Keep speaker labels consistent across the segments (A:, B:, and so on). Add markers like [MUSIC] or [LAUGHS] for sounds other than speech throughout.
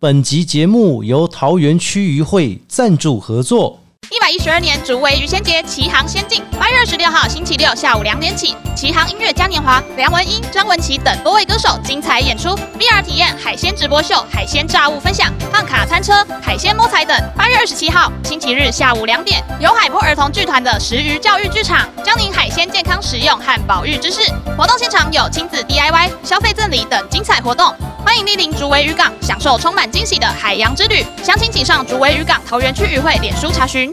A: 本集节目由桃园区渔会赞助合作。
B: 一百一十二年竹围渔仙节，齐航仙境。八月二十六号星期六下午两点起，齐航音乐嘉年华，梁文音、张文琪等多位歌手精彩演出，VR 体验海鲜直播秀、海鲜炸物分享、胖卡餐车、海鲜摸彩等。八月二十七号星期日下午两点，由海波儿童剧团的食鱼教育剧场，将您海鲜健康食用和保育知识。活动现场有亲子 DIY、消费赠礼等精彩活动。欢迎莅临竹围渔港，享受充满惊喜的海洋之旅。详情请上竹围渔港桃园区渔会脸书查询。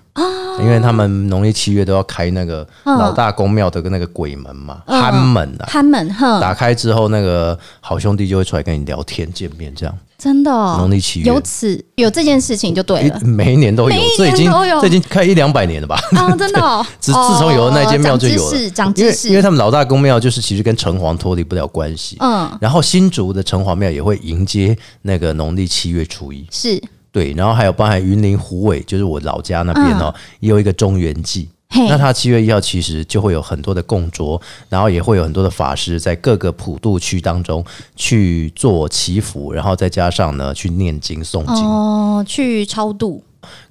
A: 因为他们农历七月都要开那个
C: 哦嗯
A: 老大公庙的那个鬼门嘛，龛门啊，
C: 他们哼，
A: 打开之后，那个好兄弟就会出来跟你聊天、见面，这样。
C: 真的哦，
A: 农历七月
C: 有此有这件事情就对了
A: 一每一年都有
C: 哎每一，
A: 这已经
C: 年都有
A: 这已经开一两百年了吧？
C: [LAUGHS] 啊，真
A: [LAUGHS]
C: 的哦。
A: 自自从有了那间庙就有
C: 哦长知识，
A: 了，因
C: 长知
A: 为因为
C: 识。
A: 他们老大公庙就是其实跟城隍脱离不了关系，
C: 嗯，
A: 然后新竹的城隍庙也会迎接那个农历七月初一，
C: 是
A: 对，然后还有包含云林虎尾，就是我老家那边哦，
C: 嗯
A: 也有一个中元祭。
C: 嘿
A: 那它七月一号其实就会有很多的供桌，然后也会有很多的法师在各个普渡区当中去做祈福，然后再加上呢去念经诵经，
C: 哦，去超度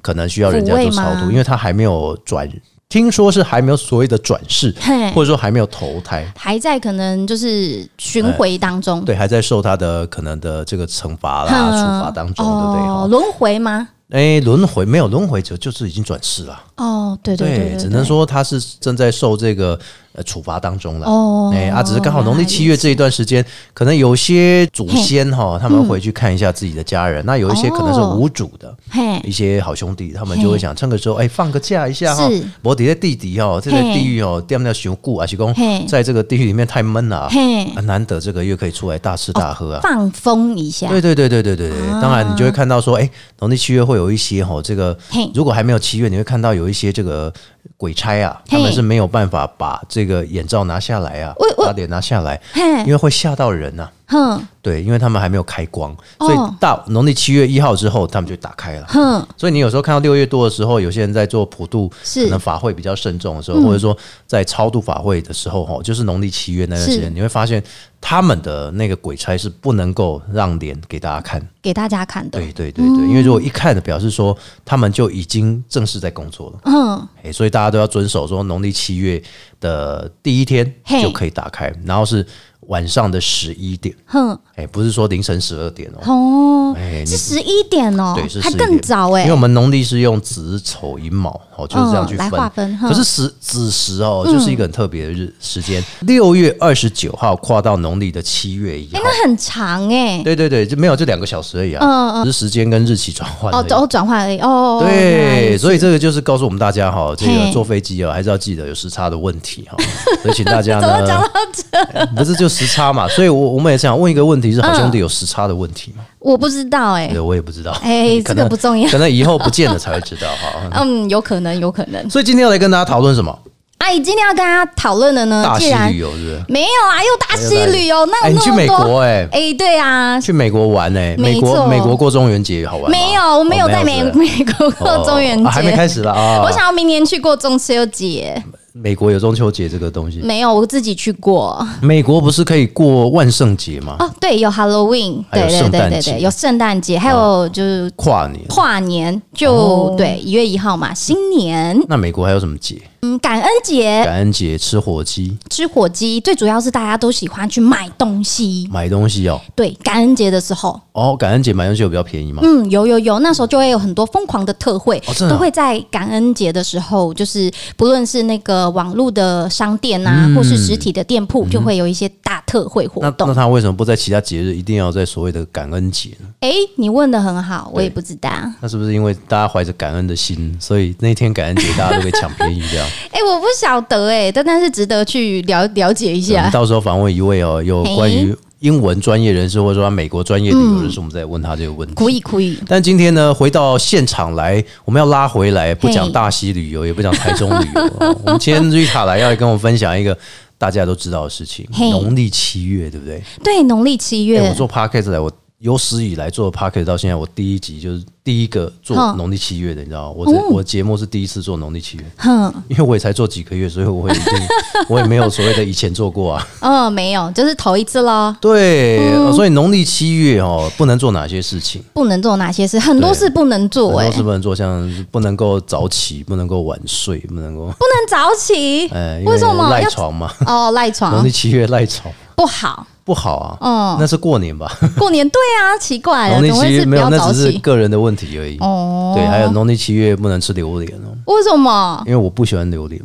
A: 可能需要人家做超
C: 抚慰吗
A: 度，因为他还没有转，听说是还没有所谓的转世
C: 嘿，
A: 或者说还没有投胎，
C: 还在可能就是巡
A: 哎
C: 回当中，
A: 对，还在受他的可能的这个惩罚啦、
C: 哼，
A: 处罚当中，对不对？
C: 哦，
A: 哈，
C: 轮回吗？
A: 哎，轮回没有轮回就就是已经转世了。
C: 哦，对对对，对
A: 只能说他是正在受这个呃处罚当中了。
C: 哦
A: 哎、啊，只是刚好农历七月这一段时间，可能有些祖先哈，他们回去看一下自己的家
C: 嗯
A: 人，那有一些可能是无主
C: 哦
A: 的。
C: 嘿
A: 一些好兄弟，他们就会想趁个时候，哎、放个假一下哈
C: 是。
A: 我底下弟弟哦，这个
C: 嘿
A: 地狱哦，掉不掉熊故啊？是公
C: 嘿
A: 在这个地狱里面太闷了、啊，
C: 嘿
A: 啊，难得这个月可以出来大吃大喝啊。
C: 放风一下，
A: 对对对对对对对，
C: 啊
A: 当然你就会看到说，哎、农历七月会有一些哈，这个
C: 嘿
A: 如果还没有七月，你会看到有一些这个鬼差啊，
C: 嘿
A: 他们是没有办法把这个眼罩拿下来啊
C: 喂，喂哎
A: 把脸拿下来，因
C: 嘿，
A: 为会吓到人呐、啊。
C: 哼
A: 对，因为他们还没有开光，
C: 哦
A: 所以到农历七月一号之后，他们就打开了。
C: [LAUGHS] 哼，
A: 所以你有时候看到六月多的时候，有些人在做普渡，
C: 是嗯
A: 可能法会比较慎重的时候，或者说在超度法会的时候，哈，就是农历七月那段时
C: 是
A: 间，你会发现他们的那个鬼差是不能够让脸给大家看。
C: 给大家看的，
A: 对对对对，因为如
C: 嗯
A: 果一看的表示说他们就已经正式在工作了，
C: 嗯，
A: 哎，所以大家都要遵守说农历七月的第一天
C: 嘿
A: 就可以打开，然后是晚上的十一点，
C: 哼，
A: 哎，不是说凌晨十二点哦。
C: 哦，
A: 哎，你
C: 是十一点哦
A: 对，是，
C: 还
A: 11点
C: 更早哎
A: 因为，我们农历是用子丑寅卯哦，就是这样去
C: 嗯来
A: 分。
C: 划分哼嗯
A: 可是子子时哦，就是一个很特别的日时间，六月二十九号跨到农历的七月一号。
C: 那很长哎，
A: 对对对，就没有就两个小时而已啊，
C: 嗯
A: 只是时间跟日期转换而
C: 哦
A: 已。，
C: 哦，转换而已，哦，原
A: 对，
C: 来
A: 所以这个就是告诉我们大家哈，这个
C: 嘿
A: 坐飞机啊，还是要记得有时差的问题
C: [LAUGHS]
A: 哈。所以请大家
C: 怎么讲
A: 呢，
C: 到这？
A: 不是就时差嘛？所以我我们也想问一个问题：是好兄弟有时差的问题吗？
C: 我不知道嗯哎
A: 对，，我也不知道。
C: 哎，
A: 可
C: 这
A: 能
C: 个不重要，
A: 可能以后不见了才会知道
C: [LAUGHS]
A: 哈。
C: 嗯，有可能，有可能。
A: 所以今天要来跟大家讨论什么？
C: 阿姨今天要跟大家讨论的呢
A: 大，
C: 嗯既
A: 溪
C: 然
A: 旅游是不是？
C: 没有啊，又大
A: 没有
C: 溪
A: 大溪
C: 旅游，那
A: 哎，
C: 有
A: 你
C: 那
A: 去
C: 么
A: 美国
C: 多，
A: 哎，
C: 哎，对啊，
A: 去美国玩哎，美
C: 没
A: 国
C: 错
A: 美国过中元节好玩吗？
C: 没有，我没有
A: 哦
C: 在美
A: 是不是
C: 美国 [LAUGHS] 过中元
A: 哦
C: 节，
A: 啊还没开始嗯啦啊。
C: 我想要明年去过中秋节，
A: 美国有中秋节这个东西，
C: 没有，我自己去过。
A: 美国不是可以过万圣节吗？
C: 哦，对，有 Halloween，
A: 还有
C: 对对
A: 圣
C: 对
A: 诞
C: 对
A: 节哦
C: 对，有圣诞节，还有就是
A: 跨年。哦
C: 跨年，就、对一月一号嘛，新年。
A: [LAUGHS] 那美国还有什么节？
C: 嗯，感恩节
A: 感恩节吃火鸡，
C: 吃火鸡，最主要是大家都喜欢去买东西。
A: 买东西哦。
C: 对，感恩节的时候，
A: 哦，感恩节买东西有比较便宜吗？
C: 嗯，有有有，那时候就会有很多疯狂的特惠，
A: 哦真的啊
C: 都会在感恩节的时候，就是不论是那个网络的商店啊，或是实体的店铺，就会有一些大特惠活
A: 那嗯那
C: 动。
A: 他为什么不在其他节日一定要在所谓的感恩节呢？
C: 诶，你问的很好，我也不知道。
A: 那是不是因为大家怀着感恩的心，所以那天感恩节大家都可以抢便宜这样？
C: 诶，我不晓得诶，但但是值得去了了解一
A: 我们
C: 下。
A: 到时候访问一位哦，有关于英文专业人士或者说他美国专业的有人士，我们再问他这个问题。
C: 可以可以，
A: 但今天呢，回到现场来，我们要拉回来，不讲
C: 嘿
A: 大溪旅游，也不讲台中旅游。哦我们今天瑞塔来要来跟我们分享一个大家都知道的事情，
C: 嘿
A: 农历七月，对不对？
C: 对，农历七月、
A: 哎、我做 podcast 来，我有史以来做 podcast 到现在，我第一集就是第一个做
C: 哼
A: 农历七月的，你知道吗？我这、
C: 哦
A: 我节目是第一次做农历七月，
C: 哼，
A: 因为我也才做几个月，所以我也一定 [LAUGHS] 我也没有所谓的以前做过啊。
C: 嗯、没有，就是头一次咯，
A: 对，哦所以农历七月哦，不能做哪些事情？
C: 不能做哪些事，很多
A: 对
C: 事不能做、
A: 很
C: 诶，
A: 多事
C: 不
A: 不能做，像是不能够早起，不能够晚睡，不能够
C: 能早起，
A: 哎，因
C: 为什么
A: 赖
C: 要
A: 床嘛？
C: 哦赖
A: 农 [LAUGHS]
C: 床
A: 历七月赖床
C: 不好？
A: 不好啊。
C: 嗯
A: 那是过年吧？
C: 过年对啊，奇怪了，
A: 农历
C: 怎么
A: 七
C: 会
A: 月
C: 是比
A: 没有，
C: 较
A: 哦那
C: 早
A: 只是
C: 起？
A: 个人的问题而已。
C: 哦
A: 对，还有农历七月不能吃榴莲哦，
C: 为什么
A: 因为我不喜欢榴莲，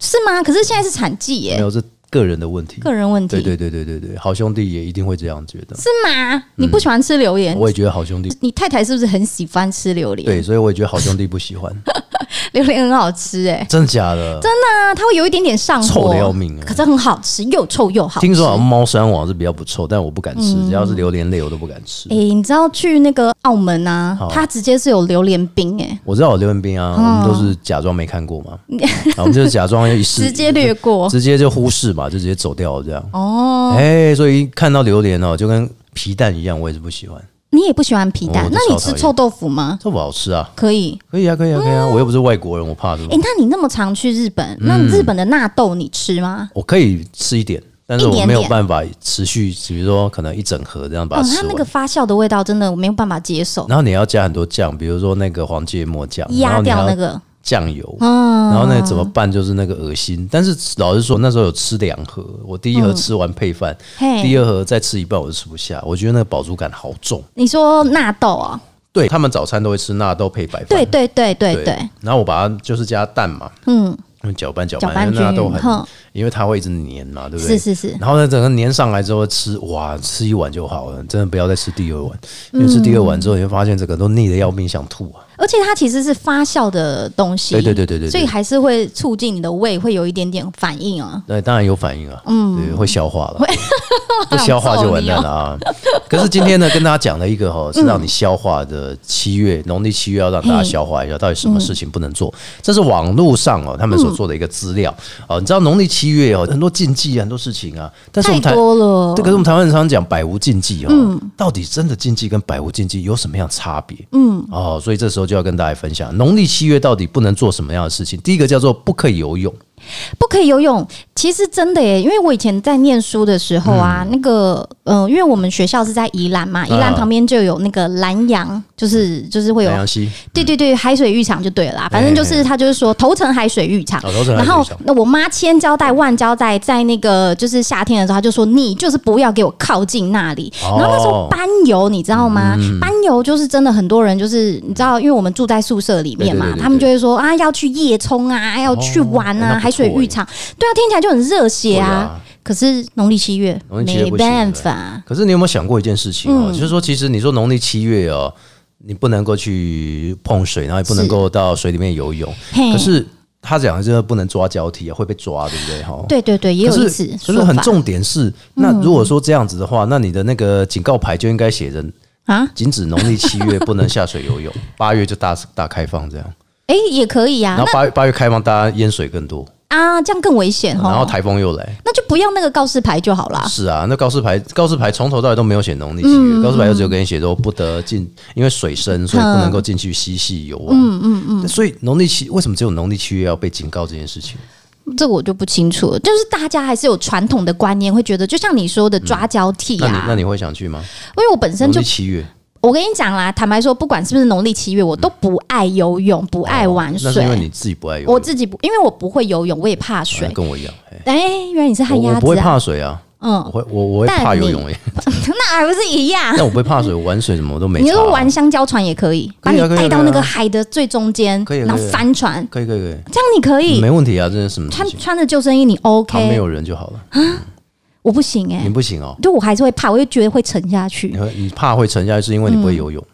C: 是吗？可是现在是产季
A: 没
C: 耶，
A: 有是个人的问题。
C: 个人问题
A: 对对对对对对，好兄弟也一定会这样觉得。
C: 是吗？你不喜欢吃榴莲？
A: 我也觉得好兄弟，
C: 你太太是不是很喜欢吃榴莲？
A: 对，所以我也觉得好兄弟不喜欢，
C: 榴莲很好吃哎，
A: 真的假的？
C: [LAUGHS] 真的啊，它会有一点点上火，
A: 臭得要命啊
C: 可是很好吃，又臭又好吃。嗯
A: 听说啊好像猫山王是比较不臭，但我不敢吃，只要是榴莲类我都不敢吃
C: 哎、。你知道去那个澳门啊
A: 好，
C: 它直接是有榴莲冰哎、
A: 我知道有榴莲冰啊，我们都是假装没看过
C: [LAUGHS]
A: 嘛，然后我们就是假装一试
C: 直接略过
A: 直接就忽视嘛，就直接走掉了这样。
C: 哦。
A: 哎，所以一看到榴莲哦，就跟皮蛋一样，我也是不喜欢，
C: 你也不喜欢皮蛋，
A: 哦我都
C: 那
A: 超
C: 你
A: 讨
C: 吃
A: 厌
C: 臭豆腐吗？
A: 这不好吃啊。
C: 可以。
A: 可以啊，可以啊，可以啊，我又不是外国人，我怕什
C: 嗯哎、
A: 么？
C: 那你那么常去日本，那
A: 嗯
C: 日本的纳豆你吃吗？
A: 我可以吃一点，但是
C: 一
A: 我
C: 点
A: 没有
C: 点
A: 办法持续，比如说可能一整盒这样把
C: 哦
A: 它，吃
C: 它那个
A: 完。
C: 发酵的味道真的我没有办法接受，
A: 然后你要加很多酱，比如说那个黄芥末酱，然
C: 压
A: 后你
C: 掉那
A: 要
C: 个，
A: 酱油，
C: 嗯，
A: 然后那怎么办？就是那个恶心。但是老实说，那时候有吃两盒，我第一
C: 嗯
A: 盒吃完配饭，第
C: 嘿，
A: 二盒再吃一半我就吃不下，我觉得那个饱足感好重。
C: 你说纳豆哦，
A: 对他们早餐都会吃纳豆配白饭，
C: 对对对对
A: 对
C: 对，
A: 然后我把它就是加蛋嘛，
C: 嗯，
A: 嗯搅拌搅
C: 搅
A: 拌，
C: 拌
A: 因为纳
C: 均
A: 豆
C: 匀，
A: 很
C: 哼，，
A: 因为它会一直粘嘛，对不
C: 是
A: 对？
C: 是是，
A: 然后呢，整个粘上来之后吃，哇，吃一碗就好了，真的不要再吃第二碗，因为吃第二碗之后，你会发现整个都腻的要命，想吐啊。
C: 而且它其实是发酵的东西，
A: 对对对对对对
C: 嗯所以还是会促进你的胃会有一点点反应啊。
A: 那当然有反应啊，
C: 嗯
A: 对，会消化了， [LAUGHS] 不消化就完蛋了
C: [LAUGHS]
A: 啊。
C: 哦
A: 可是今天呢，跟大家讲了一个
C: 嗯
A: 哈，是让你消化的七月，农历七月要让大家消化一下，到底什么事情不能做？这是网络上哦，他们所做的一个资料
C: 嗯
A: 哦。你知道农历七月哦，很多禁忌啊，很多事情啊，但是我
C: 太
A: 们台。
C: 多了，嗯
A: 这个是我们台湾人常常讲百无禁忌哦，到底真的禁忌跟百无禁忌有什么样的差别？嗯，哦，所以这时候就要跟大家分享，农历七月到底不能做什么样的事情？第一个叫做不可以游泳，
C: 不可以游泳，其实真的耶，因为我以前在念书的时候啊，那个嗯、呃因为我们学校是在宜兰嘛，宜兰旁边就有那个南洋，就是就是会有
A: 南，洋溪
C: 对对对，海水浴场就对了啦，反正就是他就是说头城海水浴场。
A: 哦头城海
C: 然
A: 水浴
C: 后
A: 场，
C: 那我妈千交代万交代，在那个就是夏天的时候，她就说你就是不要给我靠近那里。
A: 哦嗯
C: 然后那时候班游，你知道吗？班游就是真的很多人，就是你知道，因为我们住在宿舍里面嘛，
A: 对对对对对
C: 他们就会说啊要去夜冲啊，要去玩
A: 哎那
C: 啊，
A: 不错
C: 海水浴场，对啊，听起来就很热血
A: 对
C: 啊
A: 啊。
C: 可是农历七月
A: 农历七月
C: 没
A: 不行
C: 办法，
A: 可是你有没有想过一件事情哦？
C: 嗯
A: 就是说，其实你说农历七月哦，你不能够去碰水，然后也不能够到水里面游泳。
C: 嘿
A: 可，是他讲的就是不能抓交替啊，会被抓，对不对？哈，。
C: 对对对，也有
A: 可
C: 一
A: 是
C: 次，嗯
A: 可是很重点是，那如果说这样子的话，那你的那个警告牌就应该写着
C: 啊，
A: 禁止农历七月不能下水游泳，八月就大大开放这样。
C: 哎、也可以啊
A: 然后，八月八月开放，大家淹水更多，
C: 那啊这样更危险哦。
A: 然后台风又来。
C: 那就不要那个告示牌就好啦。
A: 是啊，那告示牌告示牌从头到尾都没有写农历七
C: 嗯
A: 月，告示牌就只有给你写说不得进，因为水深，所以不能够进去嬉戏游玩。嗯嗯嗯。所以农历七为什么只有农历七月要被警告这件事情？
C: 这个我就不清楚了。就是大家还是有传统的观念，会觉得就像你说的抓交替
A: 嗯那你
C: 啊，
A: 那你会想去吗？
C: 因为我本身
A: 农
C: 就
A: 历七月
C: 我跟你讲啦，坦白说，不管是不是农历七月，我都不爱游泳，不爱
A: 哦
C: 玩
A: 那是
C: 水。
A: 因为你自己不爱游泳，
C: 我自己不，因为我不会游泳，我也怕水
A: 哎。跟我一样，哎
C: 哎、原来你是旱
A: 我我
C: 鸭
A: 不会
C: 子啊！
A: 怕水啊，我
C: 嗯，
A: 会我我会怕
C: 但你
A: 游泳哎，
C: [LAUGHS] 那还不是一样？
A: 但我不会怕水，我玩水什么我都没差啊。
C: 你说玩香蕉船也可以，把
A: 可以
C: 你
A: 啊可以啊
C: 带到
A: 可以啊
C: 那个海的最中间，
A: 可以啊
C: 然后
A: 可以啊
C: 翻船，
A: 可以可以可以
C: 这样你可以
A: 没问题啊，这是什么事
C: 穿
A: 情？
C: 穿着救生衣，你
A: 旁边
C: OK？
A: 有人就好了，
C: 我不行哎、
A: 你不行哦，
C: 就我还是会怕，我就觉得会沉下去
A: 你。会你怕会沉下去，是因为你
C: 嗯
A: 不会游泳，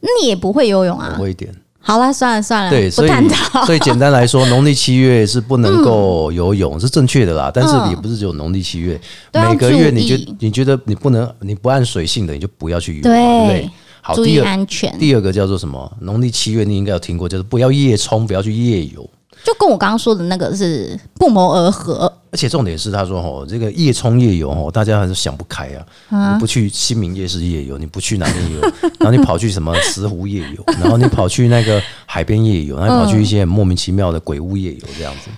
C: 那你也不会游泳啊
A: 我？会一点。
C: 好啦，算了算了，
A: 对，
C: 不
A: 所以
C: 探 [LAUGHS] 讨。
A: 所以简单来说，农历七月是不能够游泳、是正确的啦，但是
C: 嗯
A: 也不是只有农历七月，
C: 都要
A: 每个月你觉
C: 注意
A: 你觉得你不能你不按水性的，你就不要去游，
C: 对
A: 对不对？好，
C: 注
A: 第
C: 意
A: 二
C: 安全，
A: 第二个叫做什么？农历七月你应该有听过，就是不要夜冲，不要去夜游。
C: 就跟我刚刚说的那个是不谋而合。
A: 而且重点是，他说吼，这个夜冲夜游吼，大家还是想不开啊。你不去新民夜市夜游，你不去哪边夜游，然后你跑去什么石湖夜游， [LAUGHS] 然后你跑去那个海边夜游，然后你跑去一些很莫名其妙的鬼屋夜游这样子。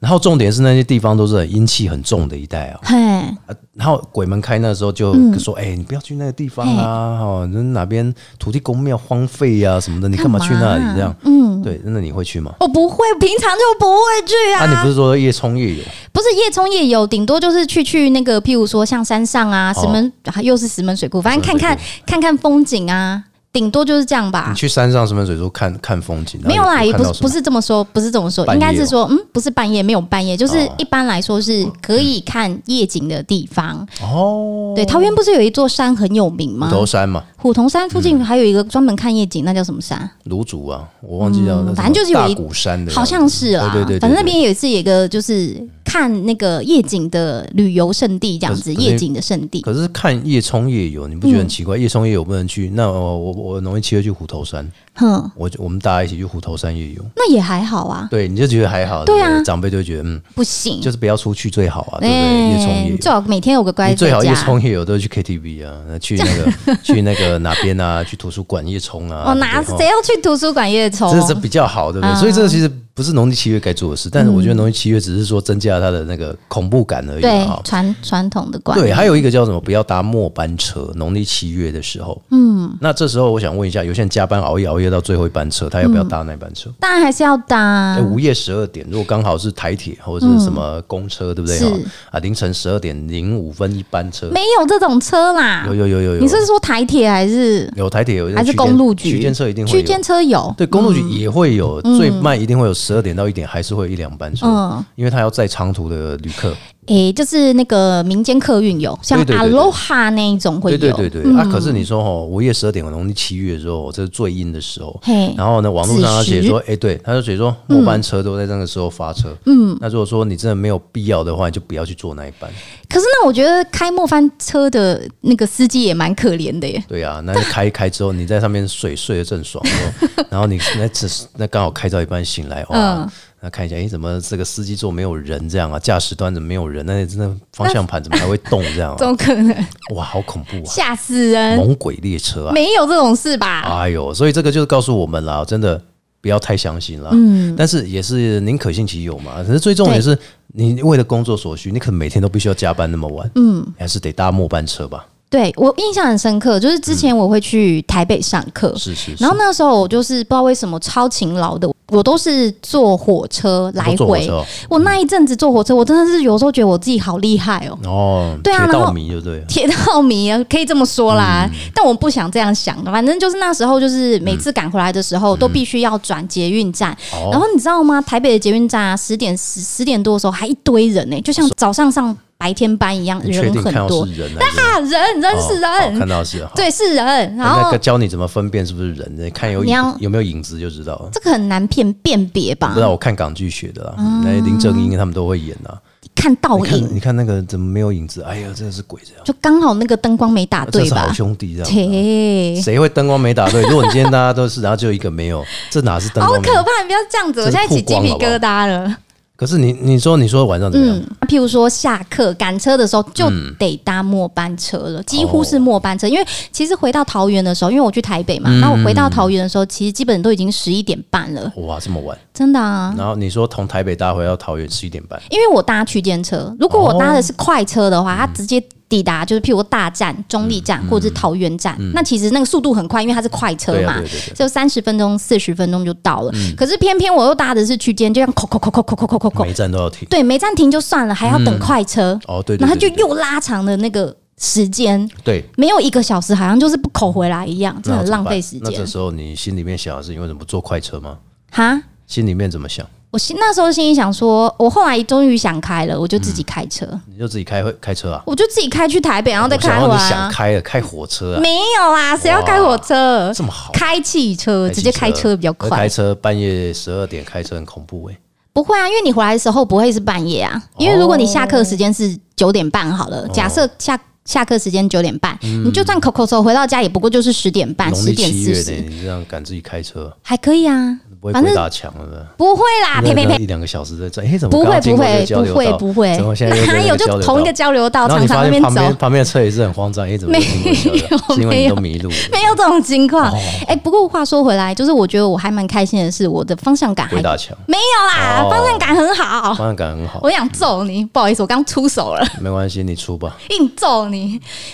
A: 然后重点是那些地方都是很阴气很重的一带啊。
C: 嘿，
A: 啊然后鬼门开那时候就
C: 嗯
A: 说：“哎、你不要去那个地方啊，哦，那哪边土地公庙荒废呀、啊、什么的，你干嘛去那里
C: 干嘛
A: 这样？”嗯，对，那你会去吗？
C: 我不会，平常就不会去啊。
A: 啊，你不是说夜冲夜游？
C: 不是夜冲夜游，顶多就是去去那个，譬如说像山上
A: 哦
C: 啊，石门、啊又是石门水库，反正看看看看风景啊，顶多就是这样吧
A: 你。去山上什么水族看看风景？
C: 啊没有啦，也
A: 然后
C: 不
A: 看到
C: 是
A: 什么
C: 不是这么说，不是这么说，
A: 半
C: 应
A: 夜哦
C: 该是说，嗯，不是半夜，没有半夜，就是
A: 哦
C: 一般来说是可以看夜景的地方。
A: 哦，
C: 对，桃园不是有一座山很有名吗
A: 虎？头山嘛，
C: 虎头山附
A: 嗯
C: 近还有一个专门看夜景，那叫什么山？
A: 卢竹啊，我忘记了，
C: 嗯
A: 那什么
C: 反正就是有
A: 大
C: 一
A: 鼓山的样子，
C: 好像是啦，
A: 啊对对对对
C: 反正那边
A: 对
C: 也是有一个就是看那个夜景的旅游胜地，这样子
A: 可是
C: 夜景的胜地。
A: 可是看夜冲夜游，你不觉得很奇怪？夜冲夜游不能去，那我我我农历七月去虎头山，
C: 哼，
A: 我就我们大家一起去虎头山夜游，
C: 那也还好啊，
A: 对，你就觉得还好，
C: 对啊
A: 不长辈就会觉得嗯，
C: 不行，
A: 就是不要出去最好啊，对不
C: 哎
A: 对？夜冲夜游
C: 最。好每天有个乖
A: 你
C: 在
A: 最好夜
C: 家。
A: 冲夜游都是去 KTV 啊，那去那
C: [LAUGHS]
A: 个去那个哪边啊，去图书馆夜冲啊。对
C: 哦，
A: 不
C: 哪
A: 对
C: 谁要去图书馆夜冲？
A: 这是比较好，对不
C: 嗯
A: 对？所以这个其实不是农历七月该做的事，但是我觉得农历七月只是说增加它的那个恐怖感而已
C: 对
A: 啊。
C: 传传统的观念
A: 对，还有一个叫什么？不要搭末班车。农历七月的时候，嗯，那这时候我想问一下，有些人加班熬夜熬夜到最后一班车，他要不要搭那班车？
C: 当然还是要搭
A: 哎，。午夜十二点，如果刚好是台铁或者是什么公车，对不对？
C: 是
A: 哈啊，凌晨十二点零五分一班车，
C: 没有这种车啦
A: 有，有有有有，
C: 你是说台铁还是
A: 有台铁有，
C: 还是
A: 区间
C: 公路局？
A: 区间车一定会
C: 区
A: 有
C: 间。车有，
A: 对，公路局
C: 嗯
A: 也会有，最慢一定会有十二点到一点，还是会有一两班车，
C: 嗯
A: 因为他要载长途的旅客。
C: 诶、就是那个民间客运有，像
A: 对对对对
C: Aloha 那一种会有。嗯
A: 对对对对，啊，可是你说哦，午夜十二点，农历七月的时候，这是最阴的时候。
C: 嘿，
A: 然后呢，网络上他
C: 子时嗯
A: 写说，哎，对，他就写说末班车都在那个时候发车。嗯，那如果说你真的没有必要的话，你就不要去坐那一班。
C: 可是那我觉得开末班车的那个司机也蛮可怜的耶。
A: 对啊，那就开一开之后，你在上面睡睡得正
C: [LAUGHS]
A: 爽，然后然后你那只是那刚好开到一半醒来，哇，
C: 嗯
A: 那看一下，哎，怎么这个司机座没有人这样啊？驾驶端怎么没有人？那那方向盘怎么还会动这样啊？
C: 怎么可能？
A: 哇，好恐怖啊！
C: 吓死人！
A: 猛鬼列车啊！
C: 没有这种事吧？
A: 哎呦，所以这个就是告诉我们啦，真的不要太相信啦。嗯，但是也是宁可信其有嘛。可是最重点是，你为了工作所需，你可能每天都必须要加班那么晚，嗯，还是得搭末班车吧。
C: 对我印象很深刻，就是之前我会去台北上课，
A: 是是是
C: 然。后那时候我就是不知道为什么超勤劳的，我都是坐火车来
A: 都坐火
C: 回
A: 车。哦
C: 我那一阵子坐火车，我真的是有时候觉得我自己好厉害哦，
A: 哦，
C: 对
A: 铁
C: 啊然
A: 道
C: 后
A: 迷就对了。
C: 铁道迷啊，可以这么说啦。
A: 嗯
C: 但我不想这样想，反正就是那时候，就是每次赶回来的时候，都必须要转捷运站。
A: 嗯哦
C: 然后你知道吗？台北的捷运站啊，十点十十点多的时候还一堆人呢、就像早上上白天班一样，
A: 你确
C: 人
A: 定
C: 很
A: 看到
C: 多
A: 是人还是
C: 啊，人人是
A: 哦好看
C: 人，
A: 到是人。好
C: 对是人，然
A: 那
C: 后
A: 个。教你怎么分辨是不是人，你看有
C: 你要
A: 影有没有影子就知道了。
C: 这个很难辨辨别吧
A: 不知？道我看港剧学的啦，啊那些林正英他们都会演啊。
C: 看倒
A: 你看
C: 嗯哦影
A: 你看那个怎么没有影子？哎呀，真的是鬼这样，
C: 就刚好那个灯光没打
A: 这
C: 对
A: 是好
C: 吧？
A: 兄弟这样。啊
C: 切，
A: 谁会灯光没打对？如果你今天大家都是，然后就一个没有，这哪是灯
C: 好
A: 光？没有
C: 可怕！你不要这样子，我
A: 这
C: 现
A: 是
C: 在起
A: 曝
C: 鸡
A: 光
C: 皮
A: 好不好
C: 疙瘩了。
A: 可是你你说你说晚上怎么样？
C: 嗯，譬如说下课赶车的时候就
A: 嗯
C: 得搭末班车了，几乎是末班车。因为其实回到桃园的时候，因为我去台北嘛，
A: 嗯
C: 那我回到桃园的时候，其实基本都已经十一点半了，
A: 哇，这么晚！
C: 真的啊。
A: 然后你说从台北搭回到桃园十一点半，哦
C: 因为我搭区间车，如果我搭的是快车的话，它直接抵达，就是譬如大站、中立
A: 嗯
C: 站或者是桃园站，那其实那个速度很快，因为它是快车
A: 对啊嗯
C: 嘛
A: 对对对，
C: 就三十分钟、四十分钟就到了。可是偏偏我又搭的是区间，就像扣扣扣扣扣扣扣扣扣
A: 每一，站都要停。
C: 对，没暂停就算了，还要等快车，
A: 哦，对，对
C: 然后就
A: 对对
C: 又拉长了那个时间，
A: 对，
C: 没有一个小时，好像就是不口回来一样，真
A: 那
C: 的很
A: 怎么
C: 浪费
A: 办
C: 时
A: 那这
C: 间
A: 时候你心里面想的是，你为什么不坐快车吗？
C: 哈。
A: 心里面怎么想？
C: 我心那时候心里想说，我后来终于想开了，我就自己开车，
A: 你就自己开会开车啊？
C: 我就自己开去台北，然后再
A: 嗯我想要
C: 开回来、
A: 你
C: 啊
A: 想。开了，开火车啊，
C: 没有啦，谁要开火车？
A: 这么好，啊
C: 开汽车，直接开车比较
A: 可是
C: 快
A: 开。车半夜十二点开车很恐怖哎、
C: 不会啊，因为你回来的时候不会是半夜啊，
A: 哦
C: 因为如果你下课时间是九点半好了，假设下。下课时间九点半，你就算口口手回到家，也不过就是十点半、
A: 嗯农
C: 啊十
A: 历
C: 点
A: 七月
C: 四
A: 呢、
C: 十，
A: 你这样敢自己开车，
C: 还可以啊。
A: 不会
C: 反正
A: 鬼打墙了的。
C: 不会啦，
A: 那
C: 呸呸
A: 那
C: 呸，
A: 一两个小时在转，哎、怎么
C: 不
A: 刚
C: 会
A: 刚经
C: 不
A: 过这
C: 会
A: 个交
C: 不
A: 流道
C: 会不会
A: 怎么，现在又在
C: [LAUGHS] 哪
A: 那
C: 有
A: 个
C: 就
A: 交流
C: 同一
A: 道
C: 个交流道，
A: 然后
C: 常
A: 你
C: 常
A: 发
C: 那
A: 现
C: 边
A: 旁
C: 走，
A: 边旁边的车也是很慌张，哎、怎么又经过这个交流道是
C: 没有
A: 因为
C: 没
A: 你
C: 有
A: 都迷路了，
C: 没有这种情况。
A: 哦
C: 哎，不过话说回来，就是我觉得我还蛮开心的是，我的方向感还
A: 鬼打墙，
C: 没有啦
A: 哦，
C: 方向感很好。
A: 方向感很好
C: 我，想揍你，不好意思，我刚出手了，
A: 没关系，你出吧。
C: 硬揍你。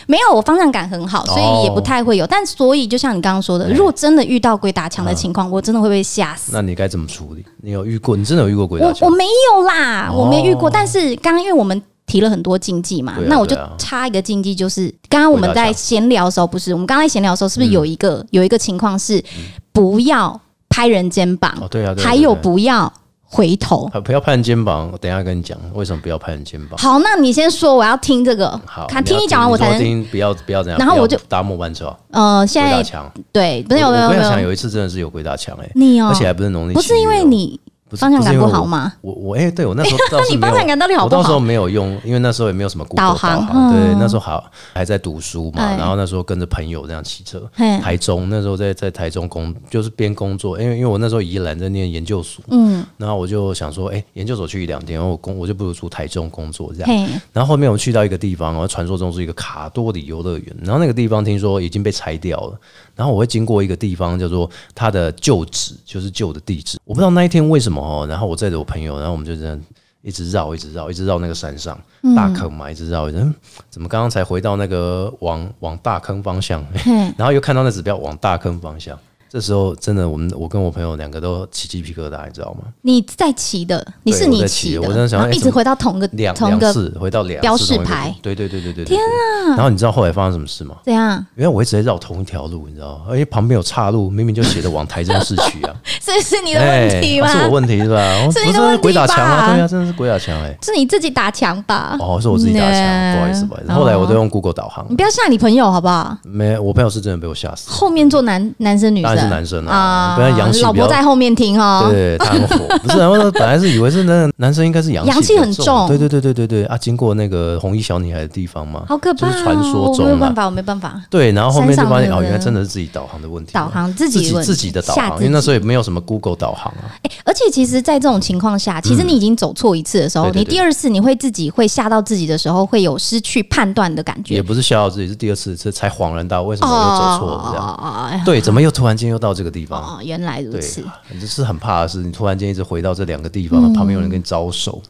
C: 没有，我方向感很好，所以也不太会有。但所以就像你刚刚说的，
A: 哦对嗯
C: 如果真的遇到鬼打墙的情况，我真的会被吓死。
A: 那你该怎么处理？你有遇过？你真的有遇过鬼打
C: 我我
A: 墙？
C: 没有啦，
A: 哦
C: 我没遇过。但是刚刚因为我们提了很多禁忌嘛，
A: 对啊
C: 那我就
A: 对啊
C: 插一个禁忌，就是刚刚我们
A: 鬼打墙
C: 在
A: 嗯
C: 闲聊的时候，不是我们刚才闲聊的时候，是不是有一个、有一个情况是不要拍人肩膀，
A: 哦，对啊，对啊
C: 还有，
A: 对啊
C: 不要回头？
A: 还不要拍人肩膀。我等一下跟你讲，为什么不要拍人肩膀。
C: 好，那你先说，我要听这个，
A: 好，要
C: 看听你讲完我才
A: 说
C: 能。
A: 听，不要不要这样。
C: 然后
A: 不要
C: 我就
A: 搭末班车，
C: 呃，现
A: 鬼
C: 在
A: 打墙。
C: 对，没有
A: 我
C: 没有
A: 我
C: 没
A: 跟你讲，
C: 有，
A: 有一次真的是有鬼打墙哎，
C: 你哦
A: 而且，还不是农历七月哦，
C: 不是因为你
A: 不是
C: 方向感
A: 不
C: 不
A: 是因为
C: 好
A: 我？
C: 吗？
A: 我我哎，对我那时候倒
C: [LAUGHS] 那
A: 是
C: 你
A: 没有
C: 方向感到底好
A: 我
C: 不
A: 到时候
C: 好？
A: 没有用，因为那时候也没有什么 Google
C: 导
A: 导
C: 航
A: 对，
C: 嗯
A: 那时候还还在读书嘛，
C: 哎
A: 然后那时候跟着朋友这样骑车
C: 嘿，
A: 台中那时候在在台中工，就是边工作，因为因为我那时候宜兰在念研究所，
C: 嗯，
A: 然后我就想说，哎、研究所去一两天，然后我工我就不如住台中工作这样。
C: 嘿，
A: 然后后面我们去到一个地方，然后传说中是一个卡多里游乐园，然后那个地方听说已经被拆掉了。然后我会经过一个地方，叫做它的旧址，就是旧的地址。我不知道那一天为什么哦，然后我载着我朋友，然后我们就这样一直绕，一直绕，一直绕那个山上大坑嘛，一直绕，一直嗯怎么刚刚才回到那个往往大坑方向，
C: 嘿，
A: 然后又看到那指标往大坑方向。这时候真的，我们我跟我朋友两个都起鸡皮疙瘩，你知道吗？
C: 你在骑的，你是
A: 对我
C: 你
A: 在
C: 骑
A: 骑
C: 的，
A: 我真的想
C: 然后
A: 哎
C: 一直
A: 怎么
C: 回到同个
A: 两
C: 同
A: 两
C: 个
A: 次回到两
C: 标
A: 次
C: 示
A: 同一个
C: 牌
A: 地对对对对对对。天啊！然后你知道后来发生什么事吗？
C: 怎样？ [LAUGHS]
A: 因为我一直在绕同一条路，你知道吗？而且旁边有岔路，明明就写着往台中市区啊。
C: 这是 [LAUGHS] 你的问题吗？
A: 哎哦是我问题是吧？
C: [LAUGHS]
A: 哦
C: 是
A: 不
C: 你的
A: 是
C: 问题
A: 鬼打墙
C: 吧
A: 啊！对啊，真的是鬼打墙哎！
C: 是你自己打墙吧？
A: 哦，是我自己打
C: 嗯哦
A: 墙，不好意思不好意思。后来我都用 Google 导航
C: 你，不要吓你朋友好不好？
A: 没，我朋友是真的被我吓死。
C: 后面坐男男生女
A: 当
C: 生
A: 然是男生啊，不然阳气
C: 老
A: 比
C: 婆
A: 较
C: 在后面听哦。
A: 对，他很火，不是，然后本来是以为是那个男生应该是阳
C: 阳气
A: 气比较
C: 很重
A: 重，对对对对对对啊！经过那个红衣小女孩的地方嘛，
C: 好可怕、哦！
A: 就是传说
C: 我没有
A: 中啊
C: 办，法，我没办法。
A: 对，然后后面就发
C: 山
A: 现
C: 上
A: 哦，
C: 的
A: 原来真的是自己导航的问题，
C: 导航自己
A: 自己
C: 问
A: 自己的导
C: 吓
A: 航，
C: 自
A: 因为
C: 己
A: 那时候也没有什么 Google 导航啊，
C: 哎、而且其实，在这种情况下，其实你已经走错一次的时候，
A: 对对对
C: 你第二次你会自己会吓到自己的时候，会有失去判断的感
A: 也
C: 觉。
A: 不是吓到自己，是第二次这才恍然大悟，为什么我又走错了这样？
C: 哦
A: 对，怎么又突然间又到这个地方？
C: 哦，原来如
A: 对
C: 此，，
A: 这是很怕的是，你突然间一直回到这两个地方，旁边有人跟你招手，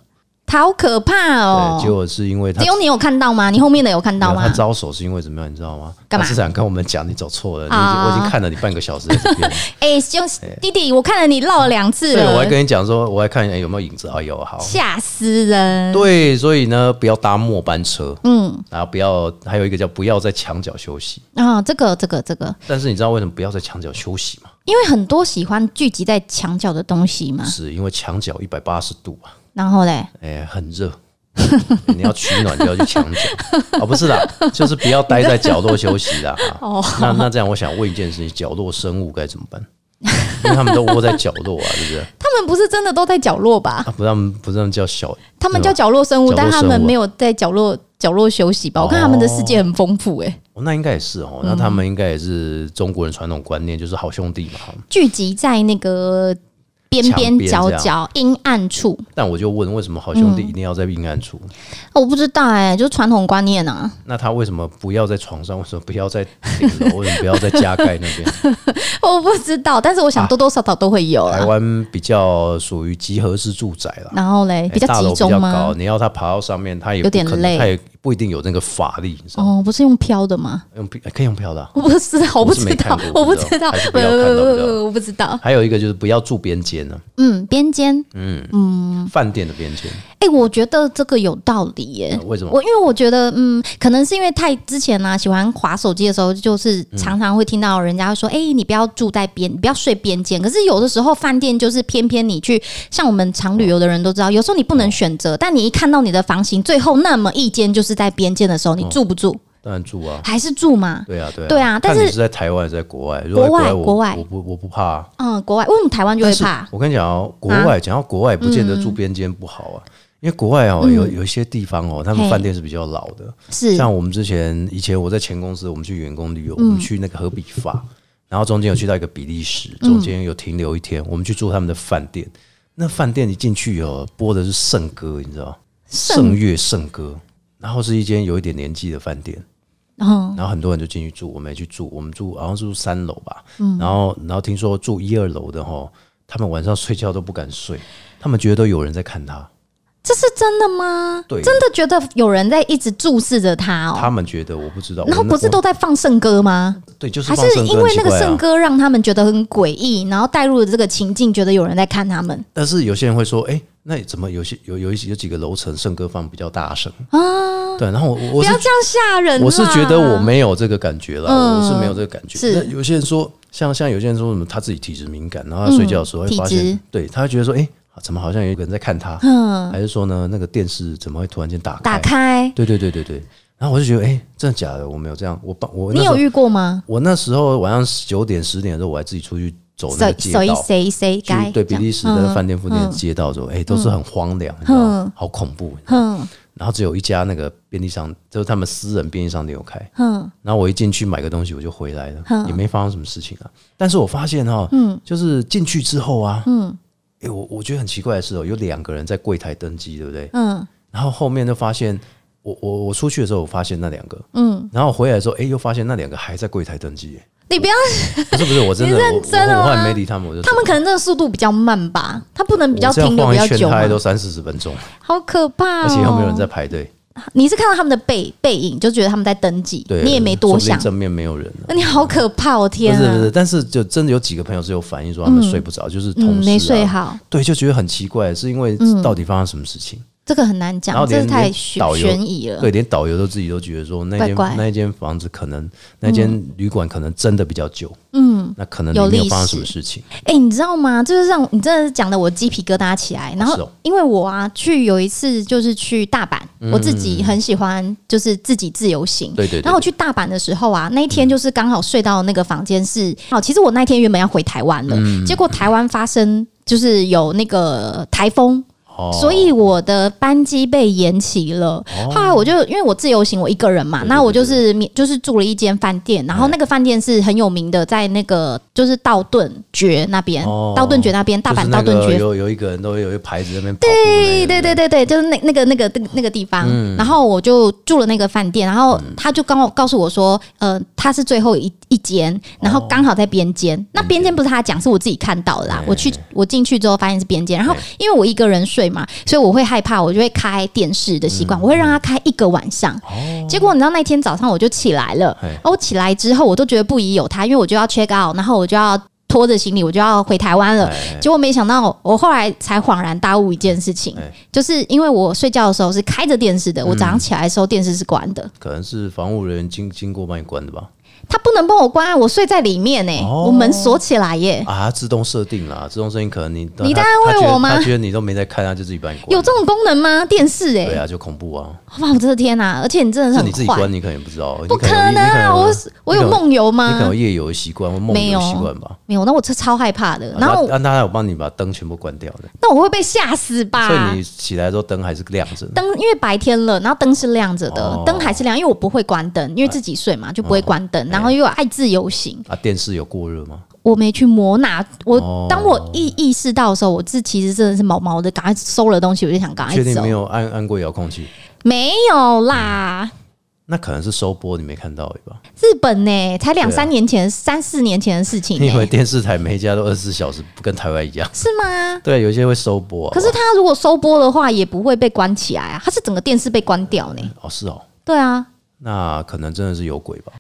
C: 他好可怕嗯哦
A: 对，！结果是因为他
C: 只有你有看到吗？你后面的有看到
A: 没有
C: 吗
A: 他？招手是因为怎么样，你知道吗？
C: 干嘛
A: 他是想跟我们讲你走错了，你已经
C: 啊
A: 我已经看了你半个小时在这
C: [LAUGHS]
A: 边，
C: 哎，兄弟弟，我看了你绕了两次
A: 对，我还
C: 了，
A: 跟你讲说，我还看哎有没有影子啊，有好。
C: 吓死人！
A: 对，所以呢，不要搭末班车，
C: 嗯
A: 然后不要，还有一个叫不要在墙角休息。
C: 啊，这个这个这个，
A: 但是你知道为什么不要在墙角休息吗？
C: 因为很多喜欢聚集在墙角的东西嘛，
A: 是因为墙角一百八十度啊，
C: 然后嘞，
A: 哎、很热。你要取暖就要去墙
C: [LAUGHS]
A: 角哦，不是啦，就是不要待在角落休息啦。
C: [LAUGHS] 哦
A: 那那这样，我想问一件事情：角落生物该怎么办？因为他们都窝在角落啊，是
C: [LAUGHS]
A: 不是？
C: 他们不是真的都在角落吧？
A: 啊，不让不让叫小
C: 他们叫角落生物，
A: 角落
C: 但他们
A: 生物啊
C: 没有在角落角落休息吧？我看他们的世界很丰富、欸，
A: 哦，那应该也是哦。
C: 嗯
A: 那他们应该也是中国人传统观念，就是好兄弟嘛。
C: 聚集在那个边边角
A: 墙边这
C: 角、阴暗处。
A: 但我就问，为什么好兄
C: 嗯
A: 弟一定要在阴暗处？
C: 我不知道哎、就是传统观念
A: [LAUGHS]
C: 啊，
A: 那他为什么不要在床上？为什么不要在顶楼？为什么不要在加盖那
C: [LAUGHS]
A: 边？
C: 我不知道，但是我想
A: 啊
C: 多多少少都会有
A: 台
C: 啦。
A: 湾比较属于集合式住宅啦，
C: 然后嘞，
A: 哎
C: 比较
A: 大楼
C: 集
A: 比较
C: 中
A: 高
C: 吗？，
A: 你要他爬到上面，他也不
C: 有点
A: 可能
C: 累
A: 他也不一定有那个法力，你知道吗？
C: 哦，不是用飘的吗？
A: 用屁可以用票的啊、
C: 我不知道，我不
A: 我是没
C: 知道
A: 看，过
C: 我
A: 不
C: 不
A: 知道
C: 知道
A: 还是，不
C: 不
A: 要
C: 不
A: 看到
C: 不
A: 比较好
C: 不，我不知道。
A: 还有一个就是不要住边间呢、
C: 嗯，边间，嗯
A: 饭店的边间。
C: 哎、我觉得这个有道理耶、
A: 呃为什么
C: 我因为我觉得，嗯，可能是因为太之前呢、喜欢划手机的时候，就是常常会听到人家说，哎、你不要住在边，你不要睡边间。可是有的时候饭店就是偏偏你去，像我们常旅游的人都知道，有时候你不能选
A: 嗯
C: 择，但你一看到你的房型最后那么一间就是在边间的时候，你住不住？
A: 当然住啊，
C: 还是住嘛？
A: 嗯对啊，对啊，
C: 对啊但
A: 看你
C: 是
A: 是在台湾还是在国外？如果在
C: 国外
A: 我
C: 国外
A: 我不我不怕、啊。
C: 嗯，国外为什么台湾就会
A: 但是
C: 怕？
A: 我跟你讲哦，国外讲到国外，不见得住边间不好啊，因为国外哦，有有一些地方哦，他们
C: 嘿
A: 饭店是比较老的，
C: 是
A: 像我们之前以前我在前公司，我们去员工旅游，我
C: 嗯
A: 们去那个荷比法，然后中间有去到一个比利时，
C: 嗯
A: 中间有停留一天，我们去住他们的饭店。那饭店一进去哦，播的是圣歌，你知道吗？圣乐圣歌，然后是一间有一点年纪的饭店。
C: 嗯，
A: 然后很多人就进去住，我们也去住，我们住好像是住三楼吧，
C: 嗯
A: 然后然后听说住一二楼的吼，他们晚上睡觉都不敢睡，他们觉得都有人在看他，
C: 这是真的吗？
A: 对
C: 真的觉得有人在一直注视着他哦。
A: 他们觉得我不知道，
C: 然后
A: 我那
C: 不是都在放圣歌吗？
A: 我对，就是
C: 还
A: 放
C: 是
A: 圣歌
C: 因为那
A: 很奇
C: 个
A: 怪啊
C: 圣，歌让他们觉得很诡异，然后带入了这个情境，觉得有人在看他们
A: 但是有些人会说，哎，那怎么有些有有一些有几个楼层圣歌放比较大声，
C: 啊！
A: 对，然后我
C: 不
A: 我是
C: 要这样吓人啦！啊
A: 我是觉得我没有这个感觉啦，
C: 嗯
A: 我是没有这个感觉。
C: 是
A: 那有些人说，像像有些人说什么他自己体质敏感，然后他睡觉的时候
C: 嗯
A: 会发
C: 体
A: 现
C: 质，
A: 对他会觉得说，哎、怎么好像有一个人在看他？
C: 嗯
A: 还是说呢，那个电视怎么会突然间打开？
C: 打开，
A: 对对对对对。然后我就觉得，哎、真的假的？我没有这样，我帮我那
C: 你
A: 时候
C: 有遇过吗？
A: 我那时候晚上九点十点的时候，我还自己出去走那个
C: 谁
A: 街
C: 谁
A: 道。
C: 谁谁该嗯
A: 去对比利时的饭店附近的街道的时候，哎、都是很荒凉，你知道吗？好恐怖。
C: 嗯
A: 然后只有一家那个便利商，就是他们私人便利商店有开，
C: 嗯
A: 然后我一进去买个东西我就回来了，也没发生什么事情啊。但是我发现哈、嗯，就是进去之后啊，嗯，哎、我我觉得很奇怪的是哦，有两个人在柜台登记，对不对？
C: 嗯
A: 然后后面就发现，我我我出去的时候我发现那两个，嗯，然后回来的时候，哎、又发现那两个还在柜台登记，
C: 你不要，
A: 不是不是，我真的，
C: 你认真
A: 我
C: 了
A: 我我
C: 吗
A: 后来没理他们，我就
C: 他们可能这个速度比较慢吧，他不嗯能比较
A: 我这样
C: 停留
A: 晃
C: 比
A: 一
C: 较
A: 圈，
C: 久哦
A: 大
C: 吗
A: 概都三四十分钟，
C: 好可怕
A: 而且又没有人在
C: 哦！
A: 排队，
C: 你是看到他们的背背影就觉得他们在登记
A: 对，，
C: 你也没
A: 说
C: 多
A: 不定
C: 想，
A: 正面没有人呢、
C: 那你好可怕
A: 不
C: 哦！天
A: 是不
C: 啊
A: 是，，但是就真的有几个朋友是有反映说他们睡不着，就是同事、啊
C: 嗯，没睡好。嗯
A: 对，就觉得很奇怪，是因为到底发生什么事情？
C: 这个很难
A: 然后
C: 讲，
A: 连
C: 这太
A: 连
C: 悬
A: 导游
C: 悬疑了。
A: 对，连导游都自己都觉得说，那间
C: 怪怪嗯
A: 那一间房子可能那间旅馆可能真的比较久，嗯，那可能
C: 有
A: 里面
C: 历
A: 有发生什么
C: 史
A: 事情，
C: 哎、你知道吗？就是让你真的是讲的我鸡皮疙瘩起来。然
A: 是
C: 后
A: 哦嗯
C: 因为我啊，去有一次就是去大阪，我自己很喜欢就是自己自由行。
A: 对对对嗯
C: 然后我去大阪的时候啊，那一天就是刚好睡到那个房间是，好，其实我那一天原本要回台湾了，
A: 嗯
C: 结果台湾发生就是有那个台风，
A: 哦，
C: 所以我的班机被延期了。后来我就因为我自由行，我一个人嘛，
A: 对对哎
C: 那我就是免就是住了一间饭店，然后那个饭店是很有名的，在那个就是道顿崛那边
A: 哦，
C: 道顿崛那边，大
A: 就是
C: 阪
A: 那
C: 道
A: 个
C: 顿崛。
A: 有有一个人都有一个牌子在那边跑步那
C: 对
A: 个，
C: 对嗯对对对，就是那那个那个那个那个地方，然后我就住了那个饭店，然后他就刚好告诉我说，呃，他是最后一一间，然后刚好在边间，那哦边间不是他讲，是我自己看到的啦
A: 哎。
C: 我去我进去之后发现是边间，然后
A: 哎
C: 因为我一个人睡嘛，所以我会害怕，我就会开电视的习惯，我会让他开一个晚上。结果你知道那天早上我就起来了，
A: 哎
C: 然后我起来之后我都觉得不宜有他，因为我就要 check out，然后我就要拖着行李我就要回台湾了。
A: 哎
C: 结果没想到，我后来才恍然大悟一件事情
A: 哎，嗯
C: 就是因为我睡觉的时候是开着电视的，我早上起来的时候电视是关的，
A: 可能是防务人员经经过帮你关的吧？
C: 他不能帮我关啊，我睡在里面呢、
A: 哦
C: 我门锁起来耶。
A: 啊，它自动设定啦，自动设定可能你
C: 你
A: 他
C: 在安
A: 他
C: 慰
A: 觉得
C: 我吗
A: 他觉得你都没在看，他就自己帮你关，
C: 有这种功能吗？电视哎、
A: 对啊，就恐怖啊，
C: 哇，我的天哪、而且你真的
A: 是
C: 很
A: 你自己
C: 坏
A: 关，，你可能也不知道，
C: 不
A: 你可
C: 可
A: 能有
C: 能
A: 你可
C: 啊！
A: 能
C: 我我
A: 你
C: 有
A: 可能
C: 梦游
A: 你可能有
C: 吗？
A: 夜游的习惯或梦
C: 没
A: 游
C: 有
A: 的习惯吧？
C: 没有，那我这超害怕
A: 啊
C: 的。然后
A: 让他有帮你把灯全部关掉的，
C: 那我会被吓死吧？
A: 所以你起来之后灯还是亮着的。
C: 啊灯因为白天了，然后灯是亮着的
A: 哦，嗯
C: 灯、还是亮，因为我不会关灯，因为自己睡嘛，就不会关
A: 哎
C: 灯。然后又爱自由行，
A: 啊，电视有过热吗？
C: 我没去摸哪。我、
A: 哦
C: 当我意意识到的时候，我自其实真的是毛毛的，赶快收了东西，我就想赶快
A: 确定
C: 走
A: 没。有按按过遥控器？
C: 没有啦，
A: 那可能是收播你没看到而已吧？
C: 日本呢、才两
A: 对啊
C: 三年前、三四年前的事情、
A: 你以为
C: 欸，
A: 电视台每一家都二十四小时，不跟台湾一样？ [LAUGHS]
C: 是吗？
A: 对，有些会收播。
C: 可是
A: 好不
C: 啊他如果收播的话，也不会被关起来啊，他是整个电视被关掉呢、
A: 好哦，是哦，
C: 对啊， [LAUGHS]
A: 那可能真的是有鬼吧？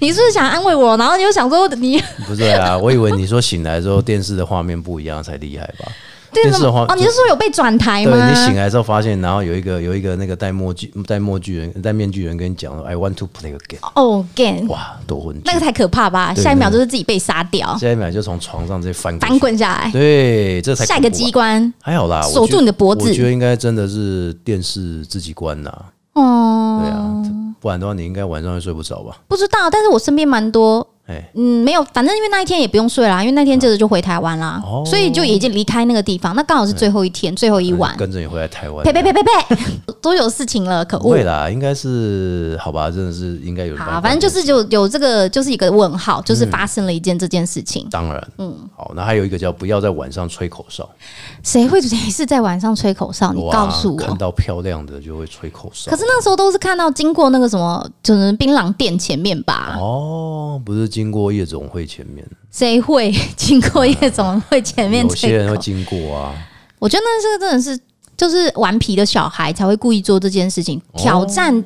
C: 你是不是想安慰我？然后你又想说你
A: [LAUGHS] 不是啊，我以为你说醒来之后电视的画面不一样才厉害吧？
C: 对
A: 电视的话
C: 哦，你是说有被转台
A: 对
C: 吗？
A: 你醒来之后发现，然后有一个有一个那个戴墨镜戴墨巨人戴面具人跟你讲说，I want to play a game，
C: 哦，again，
A: 哇，多混
C: 那
A: 蛋！
C: 个才可怕吧？
A: 对
C: 下一秒就是自己被杀掉，
A: 下一秒就从床上直接翻过去
C: 翻，滚下来，
A: 对，这才
C: 下一个
A: 恐怖吧啊
C: 机关。
A: 还好啦，我
C: 锁
A: 觉
C: 住你的脖子
A: 我觉得应该真的是电视自己关啦，
C: 哦，
A: 对啊，不然的话你应该晚上会睡不着吧？
C: 不知道，但是我身边蛮多，
A: 哎，
C: 嗯，没有，反正因为那一天也不用睡啦，因为那天接着就回台湾啦，
A: 哦
C: 所以就已经离开那个地方。那刚好是最后一天，最后一晚。
A: 跟着你回来台湾，
C: 呸呸呸呸呸， [LAUGHS] 都有事情了，可
A: 不
C: 恶
A: 会！啦，应该是好吧，真的是应该有人帮嗯
C: 好，
A: 忙
C: 反正就是有有这个，就是一个问号，就是发生了一件这件事情。
A: 当然，嗯，好，那还有一个叫不要在晚上吹口哨，
C: 谁会谁是在晚上吹口哦哨？你
A: 哇
C: 告诉我
A: 看。到漂亮的就会吹口哨，
C: 可是那时候都是看到经过那个什么，就是槟榔店前面吧？
A: 哦，不是经过夜总会前面，
C: 谁会 [LAUGHS] 经过夜总会前面
A: 有些
C: 吹
A: 人会
C: 口？
A: 经过啊，
C: 我觉得那是真的是就是顽皮的小孩才会故意做这件事情，
A: 哦
C: 挑战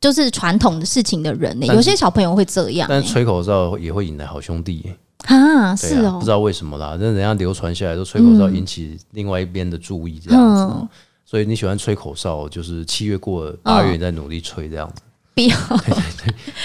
C: 就是传统的事情的人呢、欸
A: 但是
C: 有些小朋友会这样、
A: 但
C: 欸
A: 是。吹口哨也会引来好兄弟耶、
C: 啊，
A: 对
C: 是
A: 啊，
C: 哦嗯
A: 不知，道为什么啦，但人家流传下来说吹口哨引起另外一边的注意这样子、哦。所以你喜欢吹口哨，就是七月过了，八月你在努力吹这样子。
C: [LAUGHS] 不要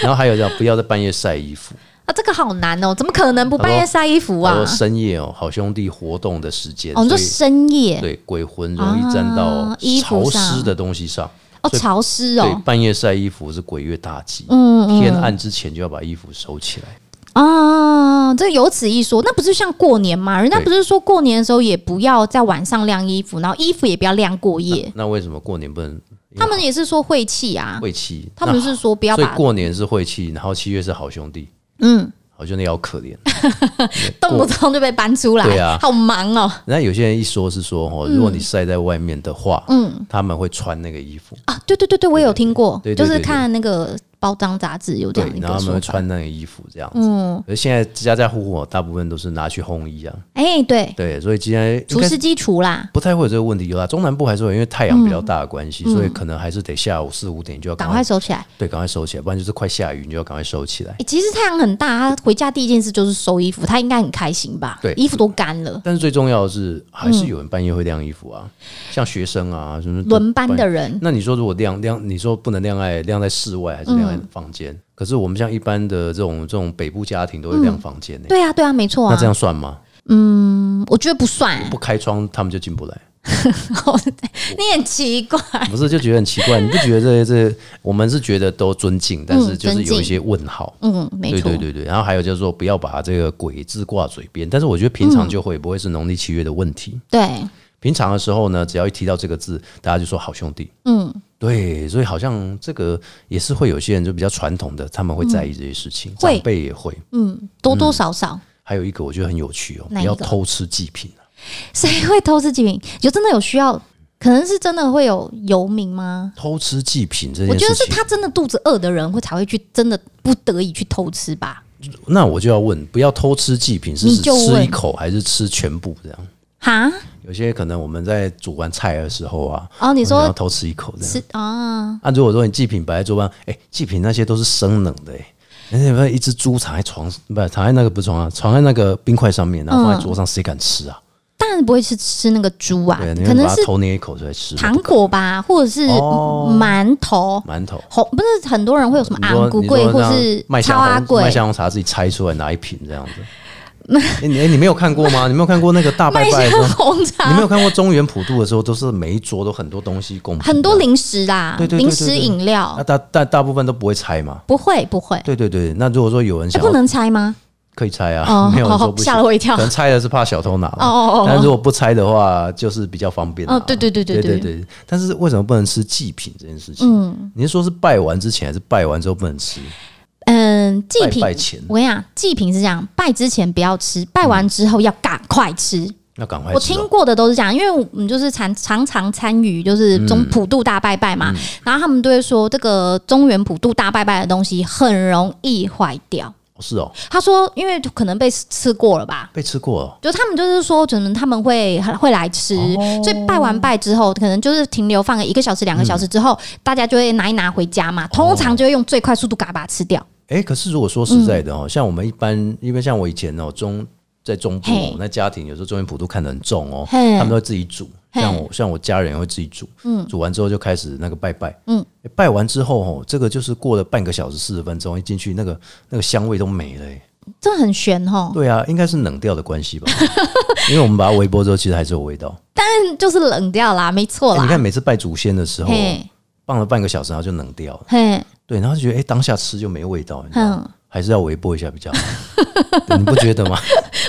A: 然后还有这样，不要在半夜晒衣服。
C: 啊，这个好难哦，怎么可能不半夜晒衣服
A: 他
C: 啊
A: 说？深夜哦，好兄弟活动的时间，
C: 哦，你
A: 所
C: 说
A: 以
C: 深夜
A: 对鬼魂容易沾到
C: 啊衣
A: 潮
C: 服上
A: 湿的东西上。
C: 哦，
A: 所以
C: 潮湿
A: 对
C: 哦，，
A: 半夜晒衣服是鬼月大忌。
C: 嗯
A: 天
C: 嗯
A: 暗之前就要把衣服收起来。
C: 啊，这有此一说，那不是像过年嘛？人家
A: 对
C: 不是说过年的时候也不要在晚上晾衣服，然后衣服也不要晾过夜，
A: 那为什么过年不能？
C: 他们也是说晦气啊，
A: 晦气，
C: 他们
A: 那
C: 是说不要
A: 所以
C: 把
A: 过年是晦气，然后七月是好兄弟，
C: 嗯
A: 好兄弟好可怜。
C: 动不动就被搬出来，
A: 对啊
C: 好忙哦。
A: 那有些人一说是说哦，如果你晒在外面的话，
C: 嗯
A: 他们会穿那个衣服，
C: 啊，对对对对，我有听过，
A: 对对对
C: 就是看那个包装杂志有这
A: 对
C: 样，一
A: 然后
C: 个
A: 他们会
C: 说法。
A: 穿那个衣服这样子。
C: 嗯，
A: 而现在家家户户哦大部分都是拿去烘衣啊，
C: 哎，对，
A: 对，所以今天应
C: 除
A: 该
C: 湿机除啦，
A: 不太会有这个问题，有啦，中南部还是会有，因为太阳比较大的关系，所以可能还是得下午四五点就要赶
C: 嗯赶
A: 快
C: 快收起来。
A: 对，赶快收起来，不然就是快下雨，你就要赶快收起来。
C: 哎，其实太阳很大，他回家第一件事就是收衣服，他应该很开心吧？
A: 对
C: 衣服都干了。
A: 但是最重要的是，还是有人半夜会晾衣服啊，像学生啊，什么
C: 嗯轮班的人，
A: 那你说，如果晾晾，你说不能晾在晾在室外，还是晾在房间？
C: 嗯
A: 可是我们像一般的这种这种北部家庭都会晾房间呢、
C: 对啊，对啊，没错
A: 那
C: 啊
A: 这。样算吗？
C: 嗯我觉得不算， [LAUGHS]
A: 不开窗他们就进不来，
C: 你很奇怪。
A: 不是就觉得很奇怪？你不觉得这这我们是觉得都尊敬，但是就是有一些问号。
C: 嗯，没
A: 对
C: 错。
A: 对对对，然后还有就是说，不要把这个“鬼”字挂嘴边。但是我觉得平常就会，不会是农历七月的问题。
C: 对
A: 平常的时候呢，只要一提到这个字，大家就说好兄弟。
C: 嗯，
A: 对，所以好像这个也是会有些人就比较传统的，他们会在意这些事情，
C: 会
A: 长辈也会。
C: 嗯，多多少少，
A: 还有一个我觉得很有趣哦，
C: 哪
A: 不
C: 一个
A: 要偷吃祭品啊
C: 谁会偷吃祭品？就真的有需要，可能是真的会有游民吗？
A: 偷吃祭品这
C: 我
A: 件
C: 觉得
A: 事
C: 是
A: 情，
C: 他真的肚子饿的人会才会去，真的不得已去偷吃吧？
A: 那我就要问，不要偷吃祭品是
C: 你
A: 指
C: 就
A: 吃一
C: 问
A: 口还是吃全部这样？
C: 哈？
A: 有些可能我们在煮完菜的时候啊，
C: 哦，你
A: 你要
C: 说
A: 偷吃一口这样
C: 吃啊？
A: 啊，如果说你祭品摆在桌上，哎、祭品那些都是生冷的、哎，而且不是一只猪躺在床，不是躺在那个不是床啊，躺在那个冰块上面，
C: 嗯
A: 然后放在桌上，谁、敢吃啊？
C: 当然不会去吃那个猪啊
A: 对，，你
C: 可
A: 们
C: 能
A: 把它
C: 是
A: 头捏一口出来吃，
C: 糖果吧，或者是
A: 哦
C: 馒头。
A: 馒头。
C: 红不是很多人会有什么
A: 你说
C: 昂古
A: 你
C: 贵
A: 说
C: 或
A: 让
C: 是
A: 麦
C: 超阿
A: 香红
C: 贵
A: 麦，香红茶自己拆出来拿一瓶这
C: [LAUGHS]
A: 样子。哎、你哎、你没有看过吗？你没有看过那个大拜
C: 麦
A: 拜的时
C: 香
A: 候，
C: 红
A: 你没
C: 茶
A: 有看过中原普渡的时候，都是每一桌都很多东西供品
C: 很多
A: 这样，
C: 零食啦
A: 对，对对
C: 零
A: 对啊
C: 食
A: 对
C: 饮
A: 那
C: 料
A: 大大大部分都不会拆嘛。
C: 不会不会，
A: 对对对，那如果说有人
C: 哎
A: 想要
C: 不能猜吗？
A: 可以拆啊，[LAUGHS]
C: 哦
A: 没有人
C: 好
A: 说不行
C: 吓了我一跳
A: 可能拆了是怕小偷拿嘛，
C: 哦哦哦哦
A: 但是如果不拆的话，就是比较方便啊。
C: 哦对对对
A: 对
C: 对
A: 对对但是为什么不能吃祭品这件事情？嗯，你是说是拜完之前还是拜完之后不能吃？
C: 嗯，祭品
A: 拜拜前
C: 我跟你讲，祭品是这样，拜之前不要吃，拜完之后要赶快吃。
A: 要赶快
C: 我
A: 吃、
C: 听
A: 哦。
C: 过的都是这样，因为我们就是常常常参与就是中普渡大拜拜
A: 嗯
C: 嘛，然后他们都会说这个中原普渡大拜拜的东西很容易坏掉，
A: 是哦，
C: 他说，因为可能被吃过了吧。
A: 被吃过哦了。
C: 就他们就是说，可能他们会会来吃，
A: 哦
C: 所以拜完拜之后，可能就是停留放个一个小时、两个小时之后，
A: 嗯
C: 大家就会拿一拿回家嘛。通常就会用最快速度嘎把它吃掉。
A: 哎、可是如果说实在
C: 嗯
A: 的哦，像我们一般，因为像我以前哦中在中部、哦
C: 嘿，
A: 那家庭有时候中原普渡看得很重哦，
C: 嘿
A: 他们都会自己煮。
C: 嘿
A: 像我像我家人也会自己煮，煮完之后就开始那个拜拜，
C: 嗯
A: 诶拜完之后哦，这个就是过了半个小时四十分钟，一进去那个那个香味都没了、诶
C: 这很悬哦，
A: 对啊，应该是冷掉的关
C: [LAUGHS]
A: 系吧，因为我们把它微波之后，其实还是有味道。
C: 但就是冷掉啦，没错
A: 诶
C: 啦。
A: 哎你看每次拜祖先的时候哦，
C: 嘿，
A: 放了半个小时，然后就冷掉了。
C: 嘿，
A: 对，然后就觉得哎、诶当下吃就没味道，你知道吗
C: 嗯
A: 还是要微波一下比较好， [LAUGHS] 对你不觉得吗？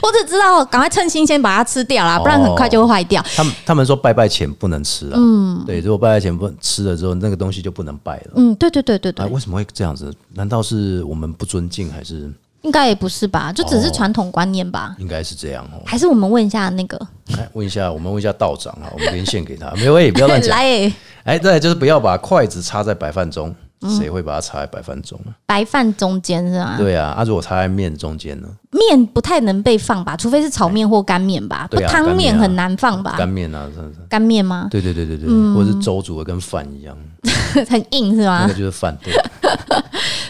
C: 我只知道赶快趁新鲜把它吃掉啦，
A: 哦
C: 不然很快就会坏掉。
A: 他们他们说拜拜前不能吃啊，嗯，对，如果拜拜前不吃了之后，那个东西就不能拜了。
C: 嗯，对对对对
A: 啊，
C: 对，
A: 为什么会这样子？难道是我们不尊敬，还是
C: 应该也不是吧，就只是
A: 哦
C: 传统观念吧。
A: 应该是这样哦？
C: 还是我们问一下那个，
A: 来问一下，我们问一下道长啊，我们连线给他，没有，喂，不要乱讲。
C: [LAUGHS] 来、欸、
A: 哎，再来就是不要把筷子插在白饭中，
C: 嗯
A: 谁会把它插在白饭中呢？
C: 白饭中间是吗？
A: 对啊，啊，如果插在面中间呢？
C: 面不太能被放吧，除非是炒面或干面吧，不
A: 对啊
C: 汤
A: 干面
C: 面
A: 啊
C: 很难放吧？
A: 干面啊，真的是。
C: 干面吗？
A: 对对对对对，
C: 嗯
A: 或者是粥煮的跟饭一样，
C: [LAUGHS] 很硬是
A: 那
C: 吗
A: 个？就是饭。对，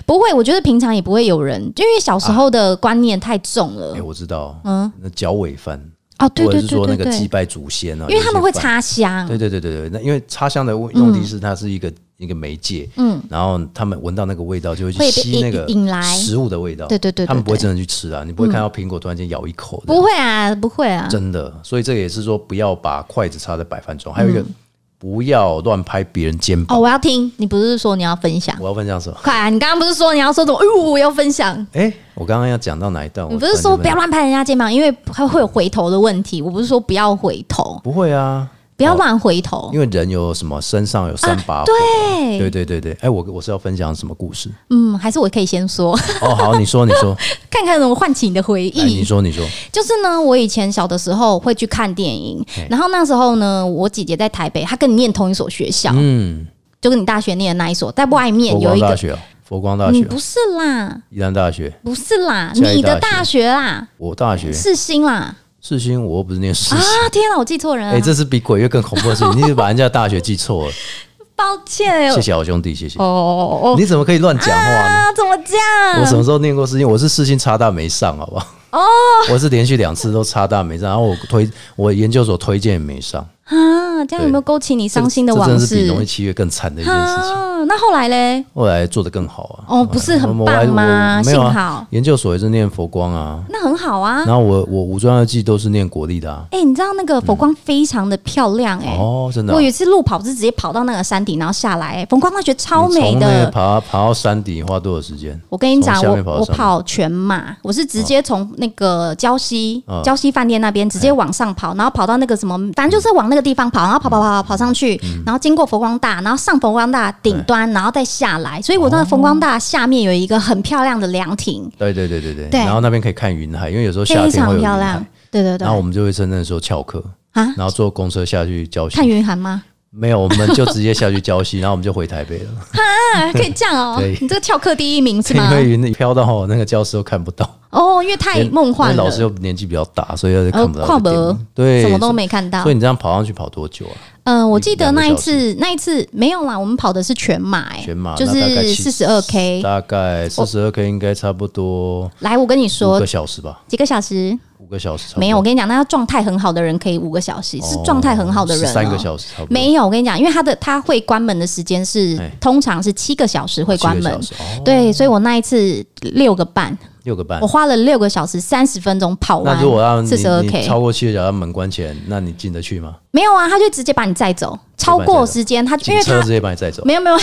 C: 不会，我觉得平常也不会有人，因为小时候的观念太重了
A: 哎，。我知道，嗯，那脚尾饭，
C: 哦，对
A: 哎或者
C: 对
A: 是
C: 对
A: 说那
C: 对
A: 个祭
C: 对，
A: 拜祖先啊，
C: 因为他们会
A: 有一些饭。
C: 插香
A: 对，对对对对，那因为插香的用的是它是一个一个媒介，嗯，然后他们闻到那个味道就会去
C: 会被
A: 吸那个
C: 引引来
A: 食物的味道，
C: 对对对对
A: 他们不会真的去吃啊，你不会看到苹果突然间咬一口，
C: 不会啊，不会啊，
A: 真的，所以这个也是说不要把筷子插在白饭中，还有一个不要乱拍别人肩
C: 嗯哦，
A: 膀，
C: 我要听，你不是说你要分享？
A: 我要分享什么？
C: 快啊！你刚刚不是说你要说什么？哎呦，我要分享。
A: 哎，我刚刚要讲到哪一段？
C: 你
A: 哦我
C: 不是
A: 突然
C: 说
A: 间
C: 不要
A: 忘了？
C: 乱拍人家肩膀，因为它会有回头的问题。我不是说不要回头，
A: 不会啊，
C: 不要
A: 哦
C: 乱回头
A: 因。为人有什么身上有三把火，
C: 啊对
A: 对对对对，哎，我我是要分享什么故事？
C: 嗯，还是我可以先说， [LAUGHS]
A: 哦，好，你说你说，
C: 看看能不能唤起你的回
A: 哎，你
C: 忆。
A: 说你说，
C: 就是呢，我以前小的时候会去看电影
A: 嘿，
C: 然后那时候呢，我姐姐在台北，她跟你念同一所学校，
A: 嗯，
C: 就跟你大学念的那一所，在外面
A: 佛
C: 有
A: 光
C: 一
A: 大
C: 个，
A: 学哦，佛光大
C: 嗯，
A: 学哦，
C: 不是啦，
A: 宜兰大学，
C: 不是啦，
A: 嘉义
C: 你的
A: 大学
C: 大学啦，
A: 我大学
C: 世新啦，
A: 世新，我又不是念世新。
C: 啊，天哪，我记错人
A: 哎、
C: 了，
A: 这是比鬼月更恐怖的事
C: [LAUGHS]
A: 情！你是把人家大学记错了，
C: 抱歉，哎
A: 谢谢好兄弟，谢谢。
C: 哦哦哦，
A: 你怎么可以乱讲话呢？
C: 啊，怎么这样？
A: 我什么时候念过世新？我是世新差大没上，好不好？
C: 哦，
A: 我是连续两次都差大没上，然后我推我研究所推荐也没上，
C: 啊，这样有没有勾起你伤心的往
A: 这真的是比
C: 事？
A: 农历七月更惨的一件事情。
C: 啊，那后来嘞？
A: 后来做的更好啊！
C: 哦不是很
A: 我我还
C: 棒吗
A: 我没有
C: 幸
A: 啊
C: 好，
A: 研究所也是念佛光啊，
C: 那很好啊。
A: 然后我我五专二技都是念国立的啊。
C: 哎、你知道那个佛光非常的漂亮哎、
A: 哦，真的、啊
C: 我有。一次路跑是直接跑到那个山顶，然后下来、哎佛光大学超
A: 你从
C: 美
A: 那个
C: 的。
A: 爬爬到山顶花多少时间？
C: 我跟你讲，
A: 从下
C: 我
A: 面跑到
C: 我
A: 山顶
C: 跑全马，我是直接从那个礁溪、
A: 嗯
C: 礁溪饭店那边直接往上跑，然后跑到那个什么，反正就是往那个地方跑，然后跑
A: 嗯
C: 跑跑跑跑上去，然后经过佛光大，然后上佛光大顶端，然后再下来。所以
A: 哦
C: 我那个佛光大下面有一个很漂亮的凉亭，
A: 对对对对对，
C: 对
A: 然后那边可以看云海，因为有时候夏天会
C: 非常
A: 有云
C: 漂亮
A: 海，。
C: 对对对
A: 然，后我们就会趁那时候翘课，
C: 啊，
A: 然后坐公车下去礁
C: 看
A: 溪。
C: 云海吗？
A: 没有，我们就直接下去礁 [LAUGHS] 溪，然后我们就回台北了，，
C: 啊，可以这样哦
A: [LAUGHS] 对
C: 你这个翘课第一名 [LAUGHS] 是
A: 因 [LAUGHS]
C: 吗？
A: 为云飘到那个教室都看不到，
C: 哦，因为太
A: 连
C: 梦幻
A: 因为
C: 了，呃
A: 老师又年纪比较大，所以他就看不到
C: 跨
A: 这个地
C: 博
A: 方。对，
C: 什么都没看到
A: 所以。你这样跑上去跑多久啊？
C: 嗯、我记得
A: 两个
C: 那一
A: 小时
C: 次，那一次没有啦，我们跑的是全马、欸，
A: 全马
C: 就
A: 那大概
C: 是四十二 K。
A: 大概四十二 K 应该差不多
C: 来，我跟你
A: 五
C: 说
A: 个，小时吧，
C: 几个小时
A: 五个小时差不多。哦
C: 没有。我跟你讲，那要状态很好的人可以五个小时，是状态很好的人、哦，
A: 三个小时差不多。
C: 没有，我跟你讲，因为他的他会关门的时间是
A: 哎
C: 通常是七个小时会关
A: 七个
C: 门
A: 小，时哦
C: 对，所以我那一次六个半，
A: 六个半
C: 我。花了六个小时三十分钟跑
A: 那如果让
C: 完
A: 你
C: 四十二
A: 你
C: K，
A: 超过七个小时门关前，那你进得去吗？
C: 没有啊，他就直接把你载走，超过时间，他因
A: 警
C: 为
A: 车
C: 他
A: 直接把你载走。
C: 没有没有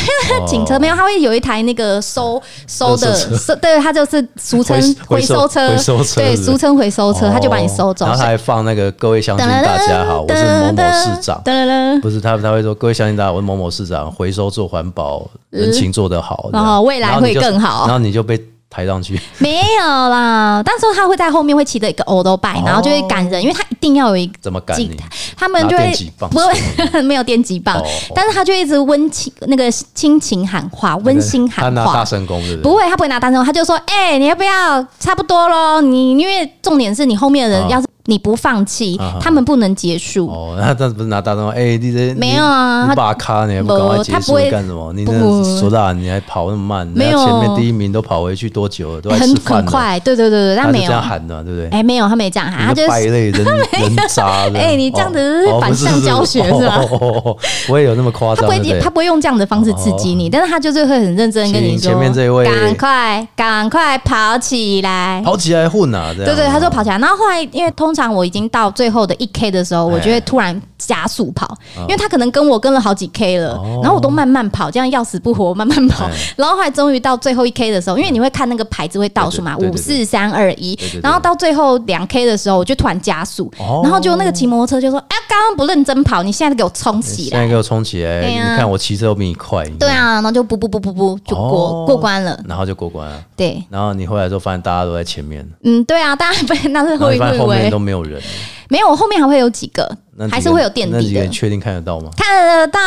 C: 警车没有，他会有一台那个收收的
A: 哦垃圾车
C: 收，对，他就是俗称
A: 回
C: 回
A: 回收
C: 收车，
A: 回收车
C: 对，
A: 是不是
C: 俗称回收车，他就把你收走
A: 哦然。后他还放那个各位乡亲大家好，我是某某市长。
C: 噔
A: [LAUGHS]
C: 噔噔
A: 不是他，他会说各位乡亲大家好，我是某某市长，回收做环保，人情做得好，这样
C: 哦未来
A: 然后你就
C: 会更好
A: 然后你就被抬上去，
C: 没有
A: 哦
C: 啦，但是他会在后面会骑着一个欧都拜，然后就会赶人，因为他一定要有一个
A: 怎么赶
C: 几
A: 你？
C: 他们就
A: 拿
C: 会
A: 电击棒
C: 不会 [LAUGHS] 没有电击棒，
A: [LAUGHS] 哦
C: 但是他就一直温情那个亲情喊话，温馨
A: 他
C: 喊
A: 拿大
C: 话。
A: 声公，对不对？
C: 不会，他不会拿单身，他就说：“哎、你要不要？差不多咯，你因为重点是你后面的
A: 啊
C: 人，要是你不放弃，
A: 啊啊啊
C: 他们不能结束。
A: 哦，那他不是拿大灯吗？哎，你这
C: 没有啊
A: 你
C: 他
A: 你把咖，你还不赶快
C: 不
A: 结
C: 他
A: 束
C: 不会
A: 干什么？你
C: 不
A: 那
C: 不
A: 手大，你还跑那么慢，人
C: 没
A: 家
C: 有
A: 前面第一名都跑回去多久了？都在
C: 很
A: 吃饭
C: 很
A: 了，
C: 快，对对对对，
A: 他
C: 但
A: 就
C: 没有
A: 这，样喊的，对不对？
C: 哎、没有，他没这样喊，他
A: 你
C: 就
A: 这败
C: 是 [LAUGHS]
A: 类人人渣的，
C: 哎你这样子
A: 哦
C: 是
A: 哦
C: 反
A: 不是
C: 向
A: 不
C: 教学是吧
A: 哦哦哦哦我也有那么夸
C: 他
A: 张，
C: 不
A: 对不
C: 会
A: 对哦
C: 他？不会用这样的方式刺激你，但是他就是会很认真地跟你
A: 请
C: 说，
A: 前面这位
C: 赶快赶快跑起来。
A: 跑起来混啊，这样
C: 对对，他说
A: 哦
C: 跑起来，然后后来因为通常我已经到最后的一 k 的时候，我就会突然加速跑，因为他可能跟我跟了好几 k 了
A: 嗯哦，
C: 然后我都慢慢跑，这样要死不活慢慢跑
A: 哎，
C: 然后后来终于到最后一 k 的时候，因为你会看那个牌子会倒数嘛，
A: 对对
C: 五
A: 对对
C: 四三二一
A: 对对对，
C: 然后到最后两 k 的时候，我就突然加速
A: 哦，
C: 然后就那个骑摩托车就说：“哎，刚刚不认真跑，你现在给我冲
A: 哎
C: 起
A: 现
C: 来
A: 在！”给我冲起来，
C: 对啊
A: 你看我骑车都比你快，你看
C: 对，啊，然后就不不不不不就
A: 哦
C: 过过关了，
A: 然后就过关了。
C: 对。
A: 然后你回来之后发现大家都在前面，
C: 嗯，对啊，大家不然那是
A: 然后
C: [LAUGHS] 会
A: 你发现后
C: 会
A: 面
C: 为
A: 都没有人，
C: 没有，我后面还会有几个
A: 那，几个
C: 还是会有垫
A: 那几
C: 底
A: 个
C: 的
A: 你。确定看得到吗？
C: 看得到，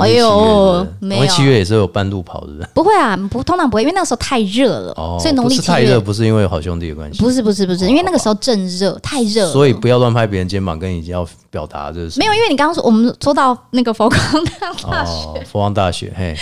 A: 哦
C: 哎呦，
A: 没
C: 没
A: 有。
C: 有，
A: 七月也是有半路跑的人，
C: 不会啊，不通常不会，因为那个时候太热了，
A: 哦，
C: [LAUGHS] 所以农历
A: 不是
C: 七
A: 太热，
C: 月
A: 不是因为有好兄弟的关系，
C: 不是不是不是，因为那个时候正热，太热了，
A: 所以不要乱拍别人肩膀，跟你要表达就是
C: 没有，因为你刚刚说我们说到那个佛光大大学，
A: 哦，佛光大学，嘿，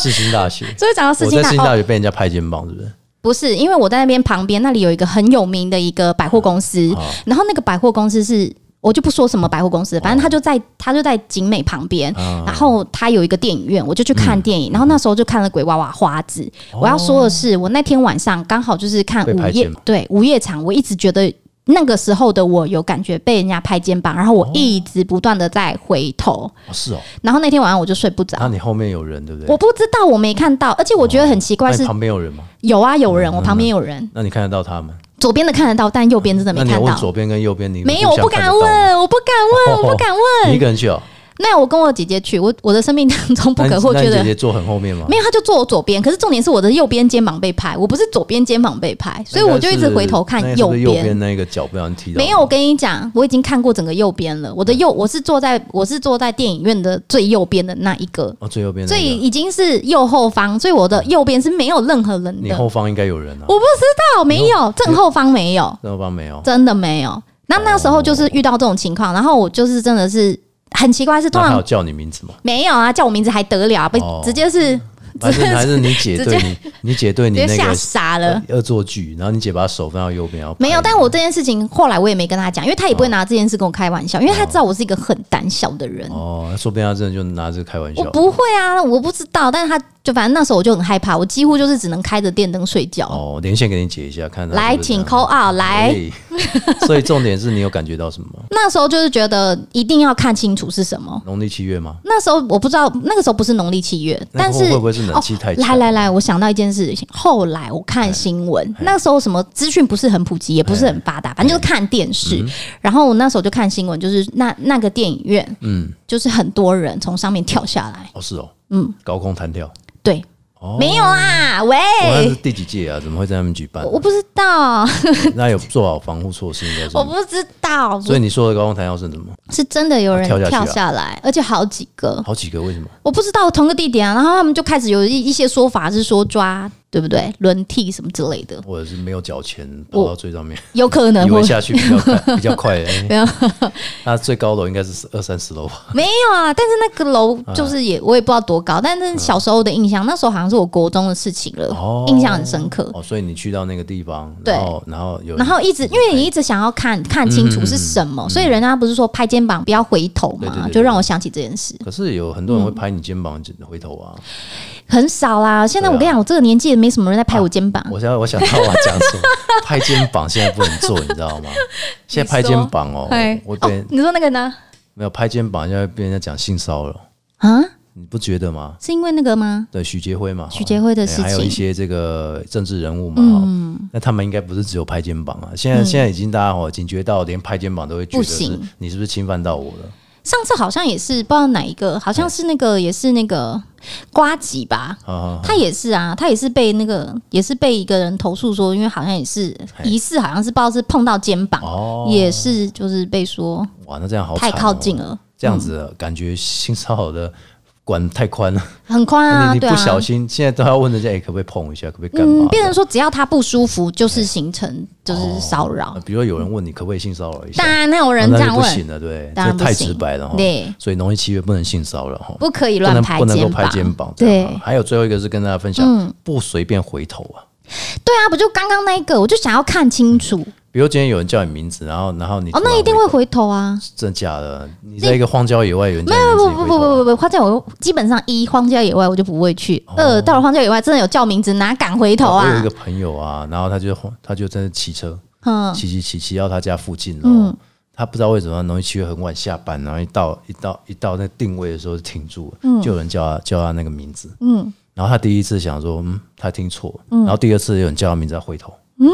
A: 世新大学，
C: [LAUGHS] 所以讲到四
A: 我
C: 星
A: 在世新
C: 大
A: 大
C: 哦，
A: 学被人家拍肩膀，是不是？
C: 不是，因为我在那边旁边那里有一个很有名的一个百货公司
A: 哦，
C: 然后那个百货公司是。我就不说什么百货公司，反正他就在他就在景美旁边，
A: 啊嗯
C: 然后他有一个电影院，我就去看电影，然后那时候就看了《鬼娃娃花子》我要说的是，我那天晚上刚好就是看
A: 被
C: 午
A: 拍
C: 夜
A: 肩膀，
C: 对午夜场，我一直觉得那个时候的我有感觉被人家拍肩膀，然后我一直不断的在回头，
A: 哦，是哦，
C: 然后那天晚上我就睡不
A: 然后
C: 着。
A: 你后面有人，对不对？哦
C: 我不知道，我没看到，而且我觉得很奇怪
A: 那你
C: 是，
A: 旁边有人吗？
C: 有啊有
A: 嗯
C: 人，我旁边有人，
A: 那你看得到他们？
C: 左边的看得到，但右边真的
A: 那
C: 没
A: 你有
C: 看
A: 问
C: 到
A: 左。边跟右边，你
C: 没有，我
A: 互相
C: 不
A: 看得
C: 敢
A: 到吗，
C: 问，我不敢
A: [LAUGHS]
C: 问，我不敢
A: 你一
C: 问。
A: 个人去哦。
C: 那我跟我姐姐去，我我的生命当中不
A: 那
C: 可
A: 你
C: 或
A: 那
C: 缺
A: 你
C: 的
A: 姐姐坐很后面吗？
C: 没有，他就坐我左边，可是重点是我的右边肩膀被拍，我不是左边肩膀被拍，所以我就一直回头看
A: 那应该是
C: 右
A: 那是不是右
C: 边。
A: 那个脚不小心踢到。
C: 没有，我，跟你讲，我已经看过整个右边了。我的右，我是坐在我是坐在电影院的最右边的那一个，
A: 哦，最右边那
C: 所以
A: 个。
C: 已经是右后方，所以我的右边是没有任何人
A: 你
C: 的。
A: 后方应该有人啊
C: 我，不知道，没有正后方没有，
A: 正后方没有。
C: 真的没有。那那时候就是遇到这种情况，然后我就是真的是很奇怪，是通
A: 那他有
C: 常
A: 叫你名字吗？
C: [LAUGHS] 没有啊，叫我名字还得了啊，被
A: 哦
C: 直接是
A: 还是还是你姐
C: 直
A: 对
C: 接 [LAUGHS]
A: 你，你姐对
C: 直
A: 你
C: 接
A: 那
C: 吓
A: 个呃
C: 傻了。
A: 恶作剧，然后你姐把手放到右边，然后
C: 没有，
A: 拍
C: 但我这件事情后来我也没跟他讲，因为他也
A: 哦
C: 不会拿这件事跟我开玩笑，因为他知道我是一个很胆小的人。
A: 哦，说不定他真的就拿这个开玩
C: 我
A: 笑。
C: 不会啊，我不知道，但是他就反正那时候我就很害怕，我几乎就是只能开着电灯睡觉。
A: 哦，连线给你解一下，看她
C: 来，
A: 是不是这
C: 请
A: 样
C: call out 来。 [LAUGHS]
A: 哎所以重点是你有感觉到什么吗？
C: 那时候就是觉得一定要看清楚是什么。
A: 农历七月吗？
C: 那时候我不知道，那个时候不是农历七月，
A: 那
C: 但是
A: 会不会是冷气太哎
C: 哦
A: 强
C: 来来来，我想到一件事情，后来我看新闻，那时候什么资讯不是很普及，也不
A: 哎
C: 是很发达，反正就是看电视。
A: 嗯
C: 然后我那时候就看新闻，就是那那个电影院，
A: 嗯，
C: 就是很多人从上面跳下来。
A: 哦是哦，
C: 嗯，
A: 高空弹跳。
C: 对，
A: 哦，
C: 没有啦，喂，
A: 我那是第几届啊？怎么会在他们举办
C: 哎我？我不知道，
A: [LAUGHS] 那有做好防护措施应该是
C: [LAUGHS] 我。不知道，
A: 所以你说的高空弹跳是什么？
C: 是真的有人
A: 跳下去啊
C: 跳下来，而且好几个，
A: 好几个？为什么？
C: 我不知道同个地点啊。然后他们就开始有一一些说法是说抓，对不对？轮替什么之类的，
A: 我是没有脚前跑
C: 我
A: 到最上面，
C: 有可能
A: 以为
C: 会
A: 下去比较快，比较
C: [LAUGHS]
A: 快。哎
C: 没有
A: 那最高楼应该是二三十楼 [LAUGHS]
C: [LAUGHS]
A: 吧？
C: 没有啊，但是那个楼
A: 嗯
C: 就是也我也不知道多高，但是小时候的印象，那时候好像是我国中的事情了，
A: 哦
C: 印象很深刻。
A: 哦，所以你去到那个地方，
C: 对
A: 然后然后有人，
C: 然后一直因为你一直想要看看清楚是什么，所以人家不是说拍肩膀不要回头嘛，
A: 对对对对
C: 就让我想起这件事。
A: 可是有很多人会拍你肩膀回头啊。
C: 很少啦，现在我跟你讲，我这个年纪也没什么人在拍我肩膀。
A: 啊我想我想到我要讲
C: [LAUGHS]
A: 什么，拍肩膀现在不能做，你知道吗？现在拍肩膀哦
C: 哎，
A: 我
C: 哦
A: 对，
C: 你说那个呢？
A: 没有拍肩膀，现在被人家讲性骚扰，
C: 啊，
A: 你不觉得吗？
C: 是因为那个吗？
A: 对许杰辉嘛，
C: 许杰辉的
A: 哎
C: 事情嗯
A: 还有一些这个政治人物嘛，哦那他们应该不是只有拍肩膀啊。现在现在已经大家哦警觉到，连拍肩膀都会觉得
C: 不
A: 是
C: 行
A: 你是不是侵犯到我了？
C: 上次好像也是不知道哪一个，好像是那个也是那个瓜吉吧，
A: 啊，
C: 他也是啊，他也是被那个，也是被一个人投诉说，因为好像也是疑似，好像是不知道是碰到肩膀，
A: 哦
C: 也是就是被说
A: 哇，那这样好惨
C: 太
A: 哦
C: 靠近，了，嗯
A: 这样子感觉性骚扰的管太宽了，
C: 很宽啊，
A: [LAUGHS] 你你
C: 对
A: 不
C: 啊，
A: 小心现在都要问人家，哎，可不可以碰一下，可不可以干嘛
C: 嗯，
A: 的？
C: 变成说只要他不舒服，就是形成就是骚扰
A: 呃，比如说有人问你可不可以性骚扰一下
C: 当，然那有人
A: 那
C: 这
A: 就
C: 样
A: 不行
C: 问，
A: 了，对，
C: 当
A: 这
C: 然不
A: 太
C: 行
A: 直白了哈。哦
C: 对，
A: 所以农历七月不能性骚扰哦哈，
C: 不可以
A: 不能
C: 乱
A: 不能够拍肩膀。这
C: 对嗯
A: 样啊还有最后一个是跟大家分享，不随便回头啊。
C: 对啊，不就刚刚那一个，我就想要看清楚
A: 比如今天有人叫你名字，然后然后嗯你
C: 哦，
A: 突
C: 那
A: 然
C: 一定
A: 回
C: 会
A: 头，
C: 回头啊，
A: 真假的？你在一个荒郊野外，有人叫
C: 没有
A: 你
C: 不
A: 名字
C: 不
A: 你
C: 不
A: 回头
C: 不不不，荒郊野外基本上一荒郊野外我就不会去，二到了荒郊野外真的有叫名字哪敢回头
A: 哦我有一
C: 啊
A: 个？朋友啊，然后他就他就在那骑车，
C: 嗯，
A: 骑骑骑骑到他家附近哦
C: 嗯。
A: 他不知道为什么农历七月很晚下班，然后一到一到一到那定位的时候就停住了，就有人叫他叫他那个名字，
C: 嗯，
A: 然后他第一次想说，嗯，他听错，了。然后第二次有人叫他名字，他回头，嗯，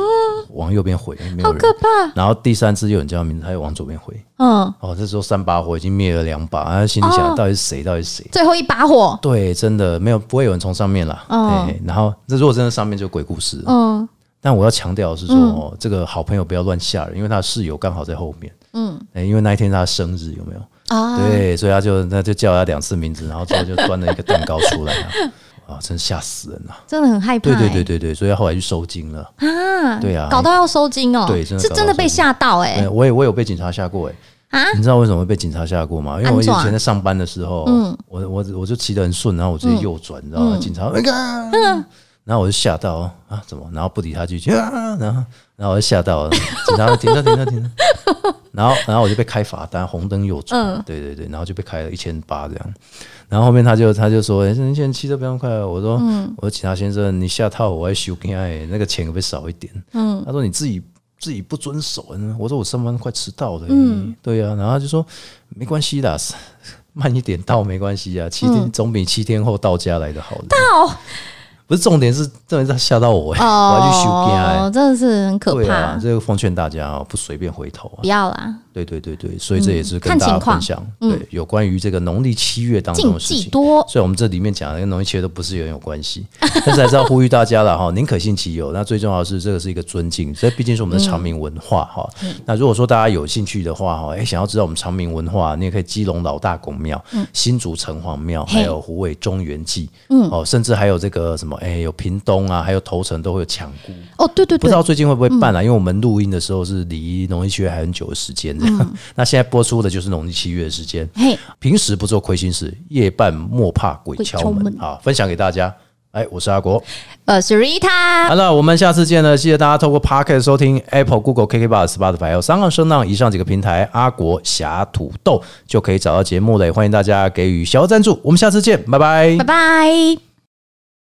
A: 往右边回，没有
C: 好
A: 人
C: 可怕，
A: 然后第三次又有人叫他名字，他又往左边回。
C: 嗯，
A: 哦，这时候三把火已经灭了两把，他心里想，
C: 哦
A: 到底是谁？到底是谁？
C: 最后一把火，
A: 对，真的没有不会有人从上面啦。
C: 哦
A: 对，然后这如果真的上面就鬼故事。
C: 嗯
A: 但我要强调的是说，哦，这个好朋友不要乱吓人，因为他的室友刚好在后面。嗯，因为那一天他的生日有没有？
C: 啊，
A: 对，所以他就他就叫他两次名字，然后之后就端了一个蛋糕出来啊， [LAUGHS] 啊，真吓死人了、
C: 真的很害怕、
A: 对
C: 欸，
A: 对对对对，所以他后来去收金了。
C: 啊，
A: 对啊
C: 搞到要收金哦、
A: 对真的
C: 是
A: 搞到
C: 真的被
A: 收金
C: 吓到哎、
A: 哎，我也我有被警察吓过哎、
C: 啊，
A: 你知道为什么会被警察吓过吗？因为我以
C: 安嗯怎啊
A: 前在上班的时候，我我我就骑得很顺，然后我
C: 嗯
A: 直接右转，你知道吗？警察那个，然后我就吓到啊，怎么？然后不理他继续啊，然后然后我就吓到了，警察说停车停车停车，然后然后我就被开罚单，红灯右转，
C: 嗯
A: 对对对，然后就被开了一千八这样。然后后面他就他就说：“哎、你现在骑车不用快啊了。”我说：“
C: 嗯
A: 我说警察先生，你下套我还修片哎，那个钱可不可以少一点？”嗯，他说：“你自己自己不遵守呢。”我说：“我上班快迟到了、嗯，对呀、然后他就说：“没关系啦，慢一点到没关系啊，七天、总比七天后到家来的好。”
C: 嗯到
A: 不是重点是重点是他吓到我哎、我还去修片哎
C: 哦，。真的是很可
A: 对
C: 怕，
A: 啊，这个奉劝大家啊、不随便回头啊
C: 不。要啦，
A: 对对对对，所以这也是跟
C: 看
A: 大家
C: 情况嗯
A: 分享，对有关于这个农历七月当中
C: 禁
A: 的事
C: 忌
A: 情。
C: 多，
A: 所以我们这里面讲的跟农业切都不是有有关系， [LAUGHS] 但是还是要呼吁大家了哈，宁可信其有。那最重要的是这个是一个尊敬，这毕竟是我们的长明文化哈。
C: 嗯
A: 那如果说大家有兴趣的话哈，哎、想要知道我们长明文化，你也可以基隆老大拱庙、新竹城隍庙，
C: 嗯嘿
A: 还有虎尾中原祭，嗯，哦，甚至还有这个什么，哎、有屏东啊，还有头城都会有抢菇。
C: 哦，对嗯对
A: 不
C: 对
A: 知，道最近会不会办啊啦、因为我们录音的时候是离农历七月还很久的时间，这样。
C: 嗯
A: [LAUGHS] 那现在播出的就是农历七月的时间。
C: 嘿，
A: 平时不做亏心事，夜半莫怕鬼敲
C: 鬼敲
A: 门
C: 门
A: 啊！分享给大家。哎，我是阿国。
C: 呃，Sherita，
A: 好了，我们下次见了。谢谢大家透过 Pocket 收听 Apple、Google、KK b o x Spotify 还有三浪声浪以上几个平台，阿国侠土豆就可以找到节目了。也欢迎大家给予小额赞助。我们下次见，拜拜
C: 拜拜。